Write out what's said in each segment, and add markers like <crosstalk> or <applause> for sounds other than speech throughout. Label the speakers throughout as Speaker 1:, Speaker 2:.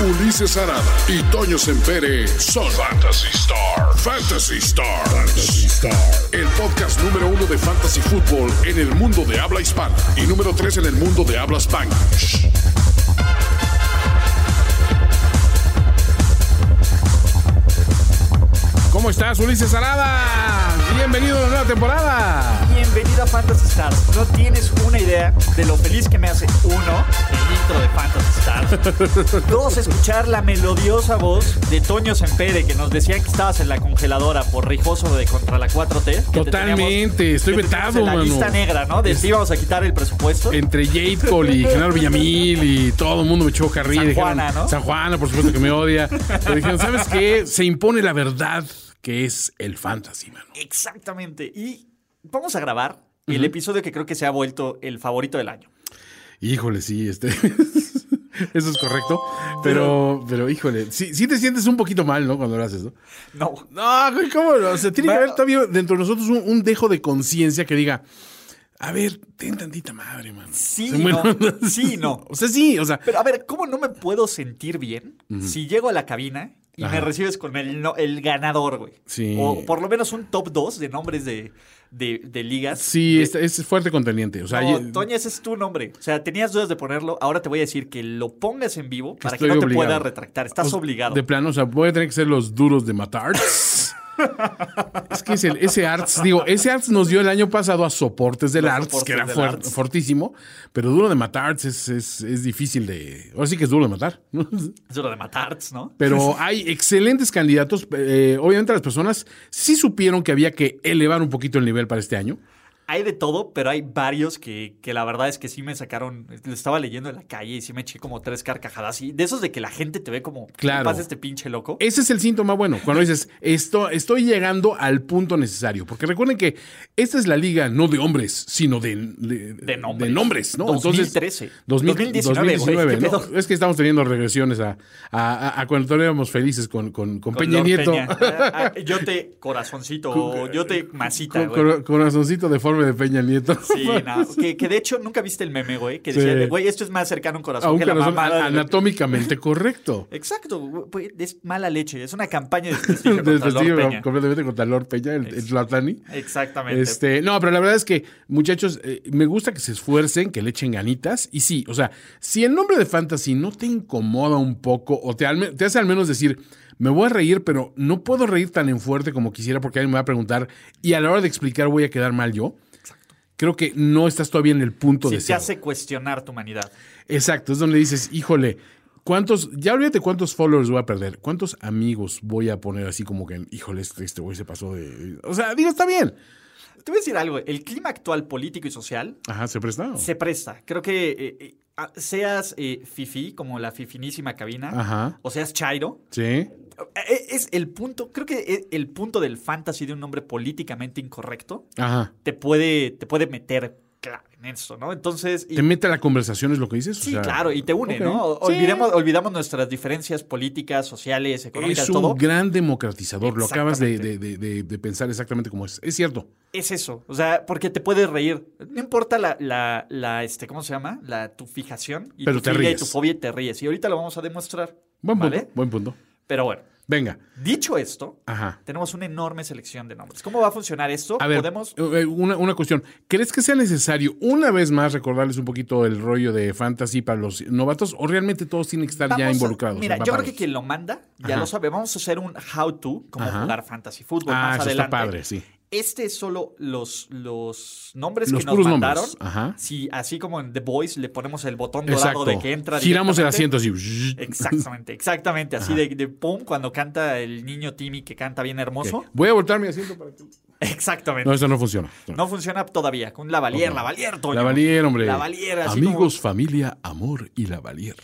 Speaker 1: Ulises Arada y Toño Sempere son Fantasy Star. Fantasy Star. Fantasy Star. El podcast número uno de Fantasy Football en el mundo de habla hispana y número tres en el mundo de habla hispana.
Speaker 2: ¿Cómo estás, Ulises Arada? Bienvenido a la nueva temporada.
Speaker 3: Bienvenido a Fantasy Stars. No tienes una idea de lo feliz que me hace, uno, el intro de Fantasy
Speaker 2: <laughs>
Speaker 3: Stars. Dos, escuchar la melodiosa voz de Toño Sempere, que nos decía que estabas en la congeladora por rijoso de contra la 4T. que te
Speaker 2: Totalmente,
Speaker 3: teníamos-
Speaker 2: estoy
Speaker 3: que te
Speaker 2: vetado,
Speaker 3: teníamos en la
Speaker 2: mano.
Speaker 3: lista negra, ¿no? De si íbamos a quitar el presupuesto.
Speaker 2: Entre Jade Cole y Genaro Villamil y todo el mundo me echó carril.
Speaker 3: San
Speaker 2: Dijeron,
Speaker 3: Juana, ¿no?
Speaker 2: San Juana, por supuesto que me odia. Pero dijeron, ¿sabes qué? Se impone la verdad que es el fantasy, mano.
Speaker 3: Exactamente. Y vamos a grabar el episodio que creo que se ha vuelto el favorito del año.
Speaker 2: Híjole, sí, este. <laughs> Eso es correcto. Pero, pero híjole, sí, sí te sientes un poquito mal, ¿no? Cuando lo haces, ¿no?
Speaker 3: No.
Speaker 2: No, güey, ¿cómo? no? O sea, tiene que
Speaker 3: Va-
Speaker 2: haber todavía dentro de nosotros un, un dejo de conciencia que diga, a ver, ten tantita madre, mano.
Speaker 3: Sí,
Speaker 2: O sea, <laughs> bueno,
Speaker 3: no. Sí, no.
Speaker 2: <laughs> O sea, sí, o sea,
Speaker 3: Pero a ver, ¿cómo no me puedo sentir bien si llego a la cabina y me recibes con el, no- el ganador, güey?
Speaker 2: Sí.
Speaker 3: O por lo menos un top 2 de nombres de, de, de ligas.
Speaker 2: sí, es, es fuerte conteniente. O sea,
Speaker 3: No,
Speaker 2: yo-
Speaker 3: Toña, ese es tu nombre. O sea, tenías dudas de ponerlo. Ahora te voy a decir que lo pongas en vivo para
Speaker 2: estoy
Speaker 3: que no te
Speaker 2: obligado.
Speaker 3: puedas retractar. Estás obligado.
Speaker 2: de plano, o sea, voy a tener que ser los duros
Speaker 3: <laughs>
Speaker 2: de matar. es que es el- ese Arts, digo, ese Arts nos dio el año pasado a soportes del
Speaker 3: Los
Speaker 2: Arts,
Speaker 3: soportes
Speaker 2: que era
Speaker 3: del
Speaker 2: fuert-
Speaker 3: Arts.
Speaker 2: fortísimo, pero duro de matar es, es, es difícil de. Ahora sí que es duro de matar.
Speaker 3: Es lo de Matarts, ¿no? <laughs>
Speaker 2: Pero hay excelentes candidatos. Eh, obviamente las personas sí supieron que había que elevar un poquito el nivel para este año.
Speaker 3: Hay de todo, pero hay varios que, que la verdad es que sí me sacaron. Lo estaba leyendo en la calle y sí me eché como tres carcajadas. Y de esos de que la gente te ve como, ¿qué le
Speaker 2: Claro.
Speaker 3: pasa a este pinche loco?
Speaker 2: Ese es el síntoma bueno, cuando dices, esto, estoy llegando al punto necesario. Porque recuerden que esta es la liga no de hombres, sino de, de,
Speaker 3: De nombres.
Speaker 2: de nombres, ¿no?
Speaker 3: 2013.
Speaker 2: 2000
Speaker 3: 2019,
Speaker 2: 2019,
Speaker 3: güey, ¿qué
Speaker 2: ¿no?
Speaker 3: pedo?
Speaker 2: Es que estamos teniendo regresiones a, a- a- a cuando todavía éramos felices con, con- con Peña
Speaker 3: Lord
Speaker 2: Nieto. <laughs>
Speaker 3: Peña. Ah, ah, Yo te corazoncito, o yo te masita,
Speaker 2: Con-
Speaker 3: güey.
Speaker 2: con- Corazoncito deforme de Peña Nieto.
Speaker 3: Sí, no, que, que de hecho nunca viste el meme, güey, que
Speaker 2: Sí.
Speaker 3: decía, de, güey, esto es más cercano a un corazón
Speaker 2: A un
Speaker 3: que
Speaker 2: corazón
Speaker 3: la mamada. de-
Speaker 2: anatómicamente correcto.
Speaker 3: Exacto, güey, es mala leche, es una campaña de
Speaker 2: <laughs>
Speaker 3: desprestigio <laughs> contra
Speaker 2: Desde
Speaker 3: Lord
Speaker 2: sí,
Speaker 3: Peña.
Speaker 2: completamente contra Lord Peña, el, el Zlatani.
Speaker 3: Exactamente.
Speaker 2: Este, no, pero la verdad es que, muchachos, eh, me gusta que se esfuercen, que le echen ganitas. Y sí, o sea, si el nombre de fantasy no te incomoda un poco o te, al me- te hace al menos decir, me voy a reír, pero no puedo reír tan en fuerte como quisiera porque alguien me va a preguntar y a la hora de explicar voy a quedar mal yo. Creo que no estás todavía en el punto de
Speaker 3: Si te
Speaker 2: ser.
Speaker 3: hace cuestionar tu humanidad.
Speaker 2: Exacto, es donde dices, híjole, ¿cuántos, ya olvídate cuántos followers voy a perder, cuántos amigos voy a poner así como que, híjole, este este güey se pasó de... O sea, digo, está bien.
Speaker 3: Te voy a decir algo, el clima actual político y social
Speaker 2: Ajá, se presta.
Speaker 3: se presta. Creo que eh, eh, ah, seas eh, fifi, como la fifinísima cabina,
Speaker 2: Ajá.
Speaker 3: o seas chairo,
Speaker 2: Sí.
Speaker 3: E- Es el punto, creo que e- el punto del fantasy de un nombre políticamente incorrecto
Speaker 2: Ajá.
Speaker 3: te puede, te puede meter clave en eso, ¿no? Entonces, y-
Speaker 2: ¿Te mete a la conversación es lo que dices? O
Speaker 3: sí,
Speaker 2: sea,
Speaker 3: claro, y te une,
Speaker 2: ok.
Speaker 3: ¿no?
Speaker 2: Sí.
Speaker 3: Olvidemos, olvidamos nuestras diferencias políticas, sociales, económicas,
Speaker 2: Es un
Speaker 3: todo.
Speaker 2: gran democratizador, lo acabas de, de,
Speaker 3: Exactamente.
Speaker 2: de- de pensar exactamente como es. Es cierto.
Speaker 3: Es eso, o sea, porque te puedes reír. No importa la, la, la, este, ¿cómo se llama? La, tu fijación y
Speaker 2: Pero
Speaker 3: tu
Speaker 2: te
Speaker 3: filia y
Speaker 2: ríes.
Speaker 3: tu fobia y te ríes. Y ahorita lo vamos a demostrar,
Speaker 2: Buen punto,
Speaker 3: ¿vale?
Speaker 2: buen punto.
Speaker 3: Pero bueno,
Speaker 2: Venga,
Speaker 3: dicho esto,
Speaker 2: ajá.
Speaker 3: tenemos una enorme selección de nombres. ¿Cómo va a funcionar esto?
Speaker 2: A ver,
Speaker 3: Podemos...
Speaker 2: eh, eh, una, una cuestión. ¿Crees que sea necesario una vez más recordarles un poquito el rollo de fantasy para los novatos o realmente todos tienen que estar ya
Speaker 3: Vamos a-
Speaker 2: involucrados?
Speaker 3: Mira, yo creo
Speaker 2: empapados?
Speaker 3: que quien lo manda ya
Speaker 2: Ajá.
Speaker 3: lo sabe. Vamos a hacer un how to, como
Speaker 2: Ajá.
Speaker 3: jugar fantasy fútbol
Speaker 2: Ah,
Speaker 3: más
Speaker 2: eso
Speaker 3: adelante.
Speaker 2: está padre, sí.
Speaker 3: Este es solo los, los nombres
Speaker 2: Los
Speaker 3: que nos
Speaker 2: puros nombres,
Speaker 3: mandaron.
Speaker 2: ajá.
Speaker 3: Si así como en The Voice le ponemos el botón dorado
Speaker 2: Exacto.
Speaker 3: de que entra.
Speaker 2: Giramos el
Speaker 3: directamente.
Speaker 2: asiento así.
Speaker 3: Exactamente, exactamente. Así de, de pum, cuando canta el niño Timmy que canta bien hermoso.
Speaker 2: Voy a voltar mi asiento para que.
Speaker 3: <laughs> Exactamente.
Speaker 2: No,
Speaker 3: No,
Speaker 2: eso no funciona.
Speaker 3: funciona todavía. Con Lavalier, Lavalier, Toño.
Speaker 2: Lavalier, hombre.
Speaker 3: Lavalier, pues, así
Speaker 2: Amigos, familia, amor y Lavalier.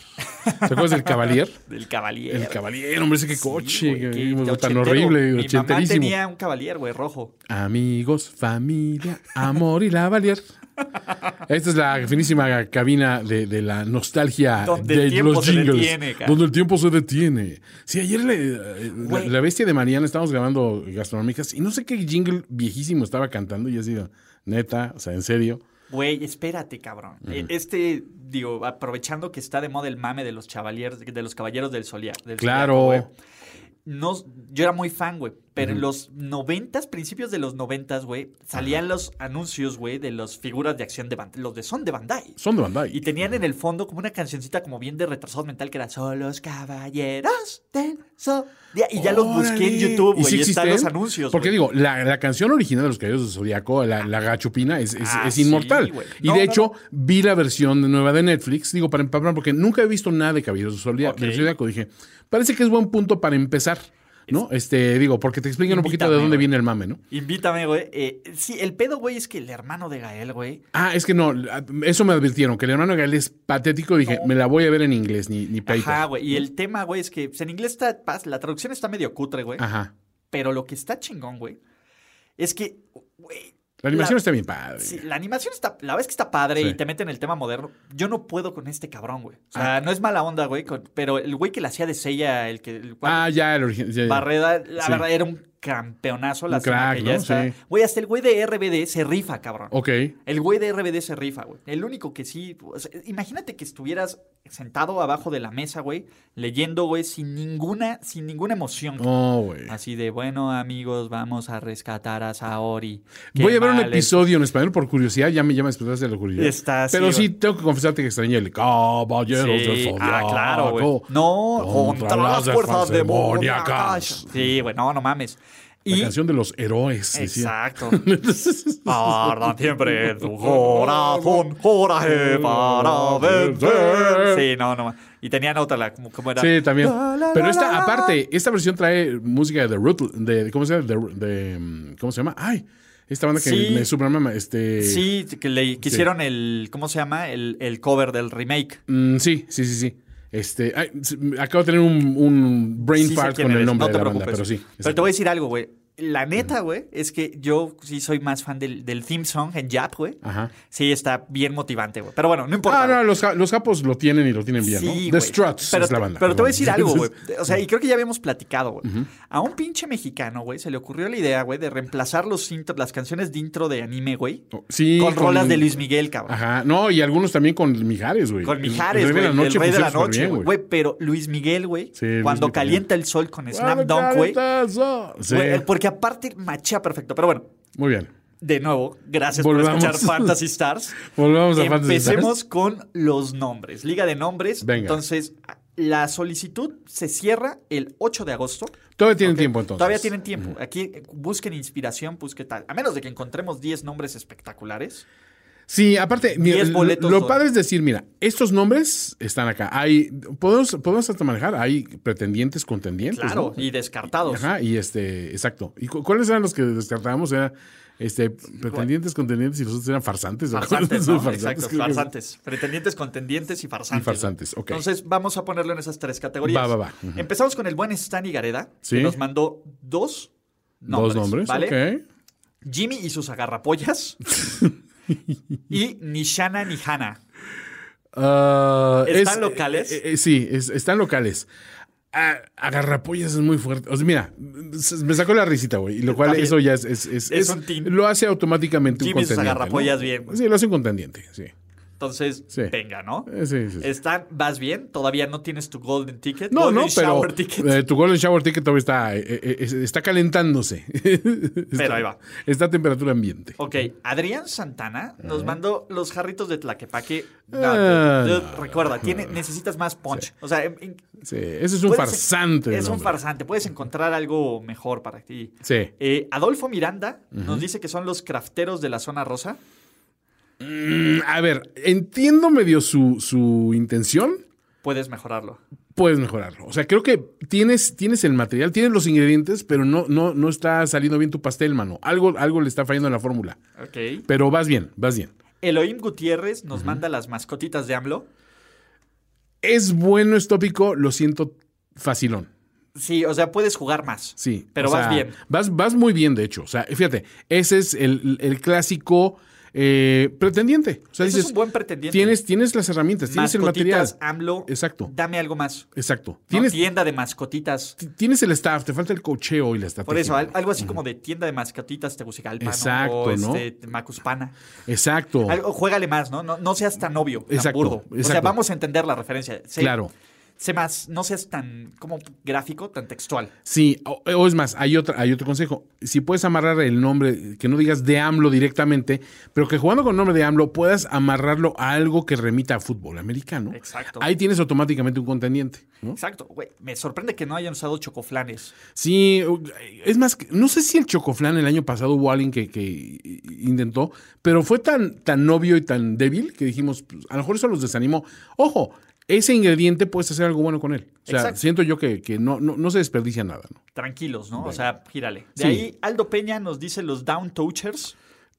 Speaker 2: ¿Te acuerdas
Speaker 3: <laughs>
Speaker 2: del Cavalier?
Speaker 3: como del Cavalier.
Speaker 2: El Cavalier, hombre, ese que coche,
Speaker 3: güey,
Speaker 2: que
Speaker 3: qué
Speaker 2: vimos, tan
Speaker 3: ochentero.
Speaker 2: horrible,
Speaker 3: Mi mamá
Speaker 2: ochenterísimo.
Speaker 3: tenía un Cavalier, güey, rojo.
Speaker 2: Amigos, familia, amor y Lavalier. Esta es la finísima cabina de, de la nostalgia
Speaker 3: Donde el
Speaker 2: de
Speaker 3: tiempo
Speaker 2: los
Speaker 3: se
Speaker 2: jingles.
Speaker 3: detiene, cara.
Speaker 2: donde el tiempo se detiene. Sí, ayer le- la,
Speaker 3: Güey.
Speaker 2: la bestia de Mariana estábamos grabando gastronómicas y no sé qué jingle viejísimo estaba cantando y así, neta, o sea, en serio.
Speaker 3: Güey, espérate, cabrón. Eh, Este, digo, aprovechando que está de moda el mame de los chavaliers, de los caballeros del Solear. del
Speaker 2: Claro.
Speaker 3: Zodiaco, güey. no, yo era muy fan, güey. Pero en los noventas, principios de los noventas, güey, salían los anuncios, güey, de las figuras de acción de Bandai, los de Son de Bandai.
Speaker 2: Son de Bandai.
Speaker 3: Y tenían en el fondo como una cancioncita como bien de retrasado mental que era Son los caballeros del Zodiaco". Y ya los busqué en
Speaker 2: Órale.
Speaker 3: YouTube, güey,
Speaker 2: sí
Speaker 3: y están
Speaker 2: existen?
Speaker 3: los anuncios,
Speaker 2: Porque
Speaker 3: güey.
Speaker 2: digo, la, la canción original de Los Caballeros del Zodíaco, la, la gachupina, es, es-
Speaker 3: Ah,
Speaker 2: es
Speaker 3: sí,
Speaker 2: inmortal.
Speaker 3: güey.
Speaker 2: y
Speaker 3: No,
Speaker 2: de
Speaker 3: no,
Speaker 2: hecho, vi la versión de nueva de Netflix, digo, para empaparme, porque nunca he visto nada de Caballeros del Zodíaco.
Speaker 3: Ok.
Speaker 2: del Zodíaco. Dije, parece que es buen punto para empezar, ¿no? Este, digo, porque te expliquen un poquito de
Speaker 3: Invítame,
Speaker 2: dónde
Speaker 3: güey.
Speaker 2: viene el mame, ¿no?
Speaker 3: Invítame, güey. Eh, sí, el pedo, güey, es que el hermano de Gael, güey,
Speaker 2: Ah, es que no, eso me advirtieron, que el hermano de Gael es patético. Dije, me la voy a ver en inglés, ni, ni paper.
Speaker 3: Ajá, güey. Y el tema, güey, es que pues, en inglés está pas- la traducción está medio cutre, güey.
Speaker 2: Ajá.
Speaker 3: Pero lo que está chingón, güey, es que, güey.
Speaker 2: La animación
Speaker 3: la-
Speaker 2: está bien padre.
Speaker 3: sí, la animación está, la vez que está padre
Speaker 2: Sí.
Speaker 3: y te meten el tema moderno, yo no puedo con este cabrón, güey. O
Speaker 2: Ah.
Speaker 3: sea, no es mala onda, güey, con- pero el güey que la hacía de sella, el que el cual-
Speaker 2: Ah, ya, el origen. ya, ya.
Speaker 3: Barreda, la
Speaker 2: Sí.
Speaker 3: verdad era un campeonazo, la
Speaker 2: crack,
Speaker 3: que ya
Speaker 2: ¿no?
Speaker 3: está.
Speaker 2: Sí.
Speaker 3: Güey, hasta el güey de RBD se rifa, cabrón.
Speaker 2: Ok.
Speaker 3: El güey de RBD se rifa, güey. El único que sí. o sea, imagínate que estuvieras sentado abajo de la mesa, güey, leyendo, güey, sin ninguna, sin ninguna emoción.
Speaker 2: No, güey.
Speaker 3: Así de, bueno, amigos, vamos a rescatar a Saori. Qué
Speaker 2: Voy a ver un
Speaker 3: mal es-
Speaker 2: episodio en español por curiosidad, ya me llama después de la curiosidad.
Speaker 3: Está así,
Speaker 2: Pero sí,
Speaker 3: güey.
Speaker 2: tengo que confesarte que extrañé el caballero del
Speaker 3: Sí. Ah,
Speaker 2: Zodiaco.
Speaker 3: claro, güey. No,
Speaker 2: contra
Speaker 3: contra,
Speaker 2: las
Speaker 3: las fuerzas
Speaker 2: fuerzas
Speaker 3: demoníacas.
Speaker 2: demoníacas.
Speaker 3: Sí, güey, no, no mames.
Speaker 2: La
Speaker 3: Y-
Speaker 2: canción de los héroes. decía.
Speaker 3: Exacto.
Speaker 2: <laughs>
Speaker 3: Arda siempre en tu corazón, coraje para vencer. Sí, no, no. Y tenían otra, la, como, como era.
Speaker 2: Sí, también.
Speaker 3: La, la,
Speaker 2: Pero
Speaker 3: la,
Speaker 2: esta,
Speaker 3: la,
Speaker 2: aparte, esta versión trae música de The Root, de, ¿cómo se llama? De, de, mm, ¿Cómo se llama? Ay, esta banda que
Speaker 3: Sí.
Speaker 2: me supermama, este...
Speaker 3: Sí, que le que hicieron el, ¿cómo se llama? El, el cover del remake.
Speaker 2: Mm, sí, sí, sí, sí. Este, ay, s- acabo de tener un, un brain
Speaker 3: Sí sé
Speaker 2: fart
Speaker 3: quién
Speaker 2: con el
Speaker 3: eres,
Speaker 2: nombre
Speaker 3: no
Speaker 2: de
Speaker 3: te
Speaker 2: la banda,
Speaker 3: preocupes.
Speaker 2: pero sí.
Speaker 3: Pero te voy a decir algo, güey. La neta, güey, es que yo sí soy más fan del, del theme song en Jap, güey.
Speaker 2: Ajá.
Speaker 3: Sí, está bien motivante, güey. Pero bueno, no importa.
Speaker 2: Ah,
Speaker 3: güey.
Speaker 2: no, los, ja- los japos lo tienen y lo tienen bien,
Speaker 3: Sí,
Speaker 2: ¿no? The
Speaker 3: güey.
Speaker 2: Struts
Speaker 3: pero,
Speaker 2: es la banda.
Speaker 3: Pero te voy a decir
Speaker 2: Entonces, <laughs>
Speaker 3: algo, güey. O sea, y creo que ya habíamos platicado, güey. A un pinche mexicano, güey, se le ocurrió la idea, güey, de reemplazar los intro- las canciones de intro de anime, güey,
Speaker 2: Oh, Sí.
Speaker 3: con, rolas de Luis Miguel, cabrón.
Speaker 2: Ajá. No, y algunos también con Mijares, güey.
Speaker 3: Con
Speaker 2: El- el
Speaker 3: Mijares,
Speaker 2: Rey
Speaker 3: güey,
Speaker 2: de la noche.
Speaker 3: el rey de la
Speaker 2: pusieron
Speaker 3: noche,
Speaker 2: súper
Speaker 3: güey.
Speaker 2: bien,
Speaker 3: Güey, Pero Luis Miguel, güey,
Speaker 2: Sí, Luis
Speaker 3: cuando
Speaker 2: Miguel.
Speaker 3: calienta el sol con Slam
Speaker 2: Cuando
Speaker 3: Dunk, güey,
Speaker 2: calientas sol. Sí.
Speaker 3: güey, porque aparte machea perfecto. Pero bueno,
Speaker 2: Muy bien.
Speaker 3: de nuevo, gracias
Speaker 2: Volvamos.
Speaker 3: por escuchar Fantasy Stars.
Speaker 2: <laughs> Volvamos a Fantasy Stars.
Speaker 3: Empecemos con los nombres. Liga de nombres.
Speaker 2: Venga.
Speaker 3: Entonces, la solicitud se cierra el 8 de agosto.
Speaker 2: Todavía tienen
Speaker 3: Ok.
Speaker 2: tiempo, entonces.
Speaker 3: Todavía tienen tiempo. Aquí eh, busquen inspiración, busquen tal. A menos de que encontremos 10 nombres espectaculares.
Speaker 2: Sí, aparte, mira,
Speaker 3: Diez
Speaker 2: lo-
Speaker 3: boletos
Speaker 2: lo
Speaker 3: son.
Speaker 2: padre es decir, mira, estos nombres están acá. Hay, podemos, podemos hasta manejar, hay pretendientes, contendientes.
Speaker 3: Claro,
Speaker 2: pues ¿no?
Speaker 3: y descartados.
Speaker 2: Ajá, y este, exacto. ¿Y cu- cuáles eran los que descartábamos? Era este, pretendientes, contendientes y los otros eran farsantes. ¿o
Speaker 3: Farsantes,
Speaker 2: <laughs> cuáles
Speaker 3: ¿no?
Speaker 2: son
Speaker 3: Exacto,
Speaker 2: Creo que-
Speaker 3: farsantes. Pretendientes, contendientes y farsantes.
Speaker 2: Y farsantes,
Speaker 3: ¿no?
Speaker 2: ok.
Speaker 3: Entonces, vamos a ponerlo en esas tres categorías.
Speaker 2: Va, va, va. Ujú.
Speaker 3: Empezamos con el buen Stan Gareda,
Speaker 2: Sí.
Speaker 3: que nos mandó dos nombres.
Speaker 2: Dos nombres,
Speaker 3: ¿vale?
Speaker 2: ok.
Speaker 3: Jimmy y sus
Speaker 2: <laughs>
Speaker 3: agarrapollas. y Nishana Nihana.
Speaker 2: Ah,
Speaker 3: ¿Están locales?
Speaker 2: eh, eh, sí, es- están locales. Ah, agarrapollas es muy fuerte. O sea, mira, s- me sacó la risita, güey. y Lo cual,
Speaker 3: Está bien.
Speaker 2: eso ya es. es, es-
Speaker 3: Es
Speaker 2: es-
Speaker 3: un team.
Speaker 2: Lo hace automáticamente
Speaker 3: Jimmy
Speaker 2: un
Speaker 3: y sus
Speaker 2: contendiente.
Speaker 3: agarrapollas
Speaker 2: ¿no?
Speaker 3: bien, güey.
Speaker 2: Sí, lo hace un contendiente, sí.
Speaker 3: Entonces,
Speaker 2: Sí.
Speaker 3: venga, ¿no?
Speaker 2: Eh, sí, sí, sí.
Speaker 3: Están, ¿Vas bien? ¿Todavía no tienes tu golden ticket?
Speaker 2: No,
Speaker 3: golden
Speaker 2: no, pero
Speaker 3: shower ticket.
Speaker 2: eh, tu Golden Shower Ticket todavía está, eh, eh, eh, está calentándose. <laughs> Está-
Speaker 3: ahí va.
Speaker 2: Está a temperatura ambiente.
Speaker 3: Ok, Adrián Santana nos mandó los jarritos de Tlaquepaque. No,
Speaker 2: Ah,
Speaker 3: yo- yo-
Speaker 2: no,
Speaker 3: recuerda,
Speaker 2: <laughs>
Speaker 3: tiene, necesitas más punch. O sea, en- en-
Speaker 2: Sí, ese es un
Speaker 3: puedes-
Speaker 2: farsante. de
Speaker 3: Es un
Speaker 2: nombre.
Speaker 3: farsante. Puedes encontrar algo mejor para ti.
Speaker 2: Sí.
Speaker 3: Eh, Adolfo Miranda nos dice que son los crafteros de la zona rosa.
Speaker 2: Mm, A ver, entiendo medio su, su intención,
Speaker 3: Puedes mejorarlo.
Speaker 2: puedes mejorarlo. O sea, creo que tienes, tienes el material, tienes los ingredientes, pero no, no, no está saliendo bien tu pastel, mano. Algo, algo le está fallando en la fórmula.
Speaker 3: Ok.
Speaker 2: Pero vas bien, vas bien.
Speaker 3: Elohim Gutiérrez nos manda las mascotitas de AMLO.
Speaker 2: Es bueno, es tópico, lo siento facilón.
Speaker 3: Sí, o sea, puedes jugar más.
Speaker 2: Sí.
Speaker 3: Pero
Speaker 2: o
Speaker 3: vas
Speaker 2: sea,
Speaker 3: bien.
Speaker 2: Vas, vas muy bien, de hecho. O sea, fíjate, ese es el, el clásico eh, pretendiente. O sea,
Speaker 3: Ese
Speaker 2: dices,
Speaker 3: es un buen pretendiente.
Speaker 2: tienes, tienes las herramientas, tienes el material.
Speaker 3: mascotitas AMLO.
Speaker 2: Exacto.
Speaker 3: Dame algo más.
Speaker 2: Exacto.
Speaker 3: No,
Speaker 2: Tienes,
Speaker 3: tienda de mascotitas.
Speaker 2: ti- tienes el staff, te falta el cocheo y la estrategia.
Speaker 3: Por eso, al- algo así como de tienda de mascotitas Tegucigalpa, ¿no?
Speaker 2: Exacto,
Speaker 3: o
Speaker 2: ¿no?
Speaker 3: este, Macuspana.
Speaker 2: Exacto.
Speaker 3: Algo, juégale más, ¿no? ¿no? No seas tan obvio, tan
Speaker 2: Exacto,
Speaker 3: burdo. O sea,
Speaker 2: exacto.
Speaker 3: vamos a entender la referencia. Sé-
Speaker 2: Claro.
Speaker 3: Sé más, no seas tan como gráfico, tan textual.
Speaker 2: Sí, o, o es más, hay, otra, hay otro consejo. Si puedes amarrar el nombre, que no digas de AMLO directamente, pero que jugando con nombre de AMLO puedas amarrarlo a algo que remita a fútbol americano.
Speaker 3: Exacto.
Speaker 2: Ahí tienes automáticamente un contendiente. ¿no?
Speaker 3: Exacto, güey. Me sorprende que no hayan usado chocoflanes.
Speaker 2: Sí, es más, no sé si el Chocoflan el año pasado hubo alguien que, que intentó, pero fue tan, tan obvio y tan débil que dijimos, pues, a lo mejor eso los desanimó. Ojo, ese ingrediente puedes hacer algo bueno con él. O sea,
Speaker 3: Exacto.
Speaker 2: siento yo que, que no, no, no se desperdicia nada. ¿no?
Speaker 3: Tranquilos, ¿no? O sea, gírale. De
Speaker 2: Sí.
Speaker 3: ahí, Aldo Peña nos dice los down touchers.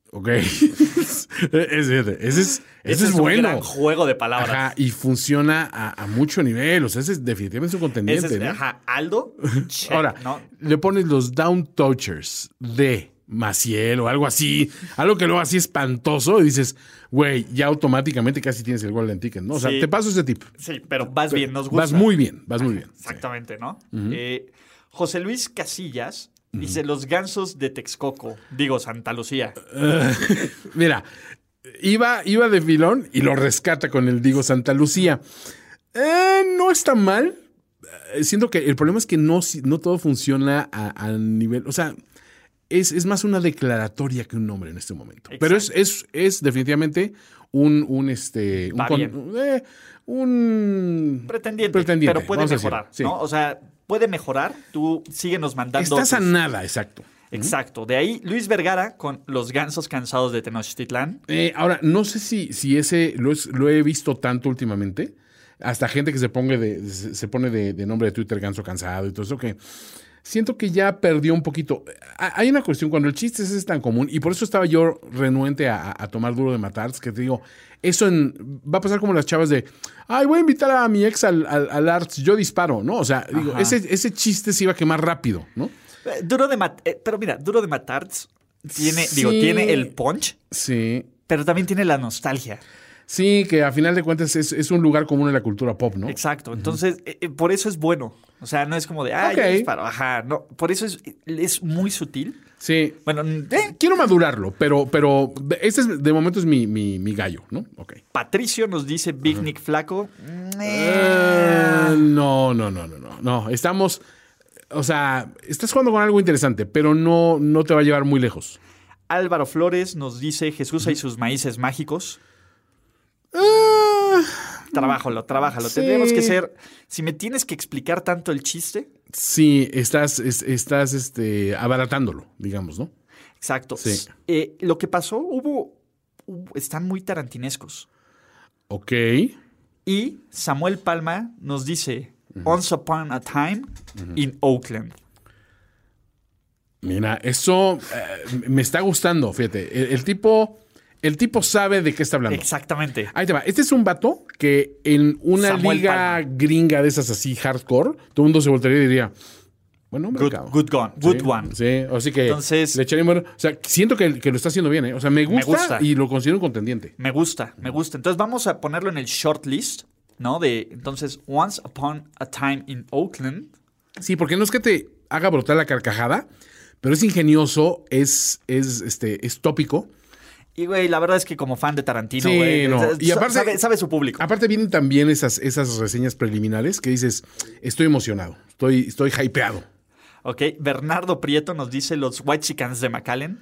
Speaker 2: Ok. <laughs> Es- ese, ese es, ese es
Speaker 3: un
Speaker 2: bueno.
Speaker 3: gran juego de palabras.
Speaker 2: Ajá, y funciona a, a mucho nivel. O sea, ese es definitivamente es un
Speaker 3: Ese
Speaker 2: contendiente.
Speaker 3: es,
Speaker 2: ¿no?
Speaker 3: ajá,
Speaker 2: <laughs>
Speaker 3: Aldo. che,
Speaker 2: Ahora,
Speaker 3: ¿no?
Speaker 2: le pones los down touchers de Maciel o algo así, algo que luego así espantoso, y dices, güey, ya automáticamente casi tienes el golden ticket, ¿no? O sea,
Speaker 3: Sí.
Speaker 2: te paso ese tip.
Speaker 3: Sí, pero vas bien, nos gusta.
Speaker 2: Vas muy bien, vas muy bien.
Speaker 3: Exactamente, ¿no? Eh, José Luis Casillas dice los gansos de Texcoco, digo Santa Lucía.
Speaker 2: Eh, Mira, iba, iba de filón y lo rescata con el Digo Santa Lucía. Eh, no está mal. Eh, Siento que el problema es que no, si- no todo funciona a, a nivel. O sea, es, es más una declaratoria que un nombre en este momento. Pero es, es, es definitivamente un, un este. Un,
Speaker 3: Va
Speaker 2: con-
Speaker 3: bien.
Speaker 2: eh, un-
Speaker 3: Pretendiente,
Speaker 2: Pretendiente,
Speaker 3: pero puede
Speaker 2: vamos a
Speaker 3: mejorar,
Speaker 2: decir, sí.
Speaker 3: ¿no? O sea, puede mejorar, tú síguenos mandando.
Speaker 2: Estás a
Speaker 3: tus-
Speaker 2: nada, exacto.
Speaker 3: Exacto, de ahí Luis Vergara con los gansos cansados de Tenochtitlán.
Speaker 2: Eh, ahora, no sé si, si ese lo, es- lo he visto tanto últimamente. Hasta gente que se, ponga de, se se pone de, de nombre de Twitter ganso cansado y todo eso, que siento que ya perdió un poquito. Ha- Hay una cuestión, cuando el chiste ese es tan común, y por eso estaba yo renuente a, a- a tomar duro de matar, es que te digo, eso en- va a pasar como las chavas de, ay, voy a invitar a mi ex al, al, al Arts, yo disparo, ¿no? O sea, digo,
Speaker 3: Ajá.
Speaker 2: ese, ese chiste se iba a quemar rápido, ¿no?
Speaker 3: Eh, Duro de matar, pero mira, Duro de matar tiene,
Speaker 2: Sí.
Speaker 3: digo, tiene el punch,
Speaker 2: Sí.
Speaker 3: pero también tiene la nostalgia.
Speaker 2: Sí, que a final de cuentas es, es un lugar común en la cultura pop, ¿no?
Speaker 3: Exacto. Entonces, eh, eh, por eso es bueno. O sea, no es como de, ah,
Speaker 2: Ok.
Speaker 3: yo disparo. Ajá. No, por eso es, es muy sutil.
Speaker 2: Sí.
Speaker 3: Bueno, mm, eh,
Speaker 2: Quiero madurarlo, pero, pero este es, de momento es mi, mi, mi gallo, ¿no? Ok.
Speaker 3: Patricio nos dice Big Nick Flaco. Mm, eh.
Speaker 2: Eh, no, no, no, no, no. No, estamos. O sea, estás jugando con algo interesante, pero no, no te va a llevar muy lejos.
Speaker 3: Álvaro Flores nos dice Jesús y sus maíces mágicos.
Speaker 2: Ah,
Speaker 3: Trabájalo, trabájalo.
Speaker 2: Mm, Sí.
Speaker 3: Tendríamos que ser. Si me tienes que explicar tanto el chiste.
Speaker 2: sí, estás, es- estás este, abaratándolo, digamos, ¿no?
Speaker 3: Exacto.
Speaker 2: Sí.
Speaker 3: Eh, lo que pasó, hubo. hubo- Están muy tarantinescos.
Speaker 2: Ok.
Speaker 3: Y Samuel Palma nos dice Once Upon a Time in Oakland.
Speaker 2: Mira, eso eh, me está gustando, fíjate. El, el tipo. El tipo sabe de qué está hablando.
Speaker 3: Exactamente.
Speaker 2: Ahí te va. Este es un vato que en una
Speaker 3: Samuel
Speaker 2: liga
Speaker 3: Palma.
Speaker 2: gringa de esas así hardcore, todo el mundo se voltearía y diría, bueno, hombre,
Speaker 3: Good,
Speaker 2: cabrón".
Speaker 3: good gone. Good
Speaker 2: Sí,
Speaker 3: one.
Speaker 2: Sí, así que
Speaker 3: Entonces-
Speaker 2: le echaré bueno. O sea, siento que, que lo está haciendo bien, ¿eh? O sea, me gusta,
Speaker 3: gusta.
Speaker 2: y lo considero un contendiente.
Speaker 3: Me gusta, me gusta. Entonces vamos a ponerlo en el short list, ¿no? De entonces Once Upon a Time in Oakland.
Speaker 2: Sí, porque no es que te haga brotar la carcajada, pero es ingenioso, es, es, este, es tópico.
Speaker 3: Y güey, la verdad es que como fan de Tarantino,
Speaker 2: Sí,
Speaker 3: güey,
Speaker 2: no.
Speaker 3: es-
Speaker 2: Y
Speaker 3: sa-
Speaker 2: aparte- Ah.
Speaker 3: sabe, sabe su público.
Speaker 2: Aparte vienen también esas, esas reseñas preliminares que dices, estoy emocionado, estoy, estoy hypeado.
Speaker 3: Ok, Bernardo Prieto nos dice los White Chickens de McAllen.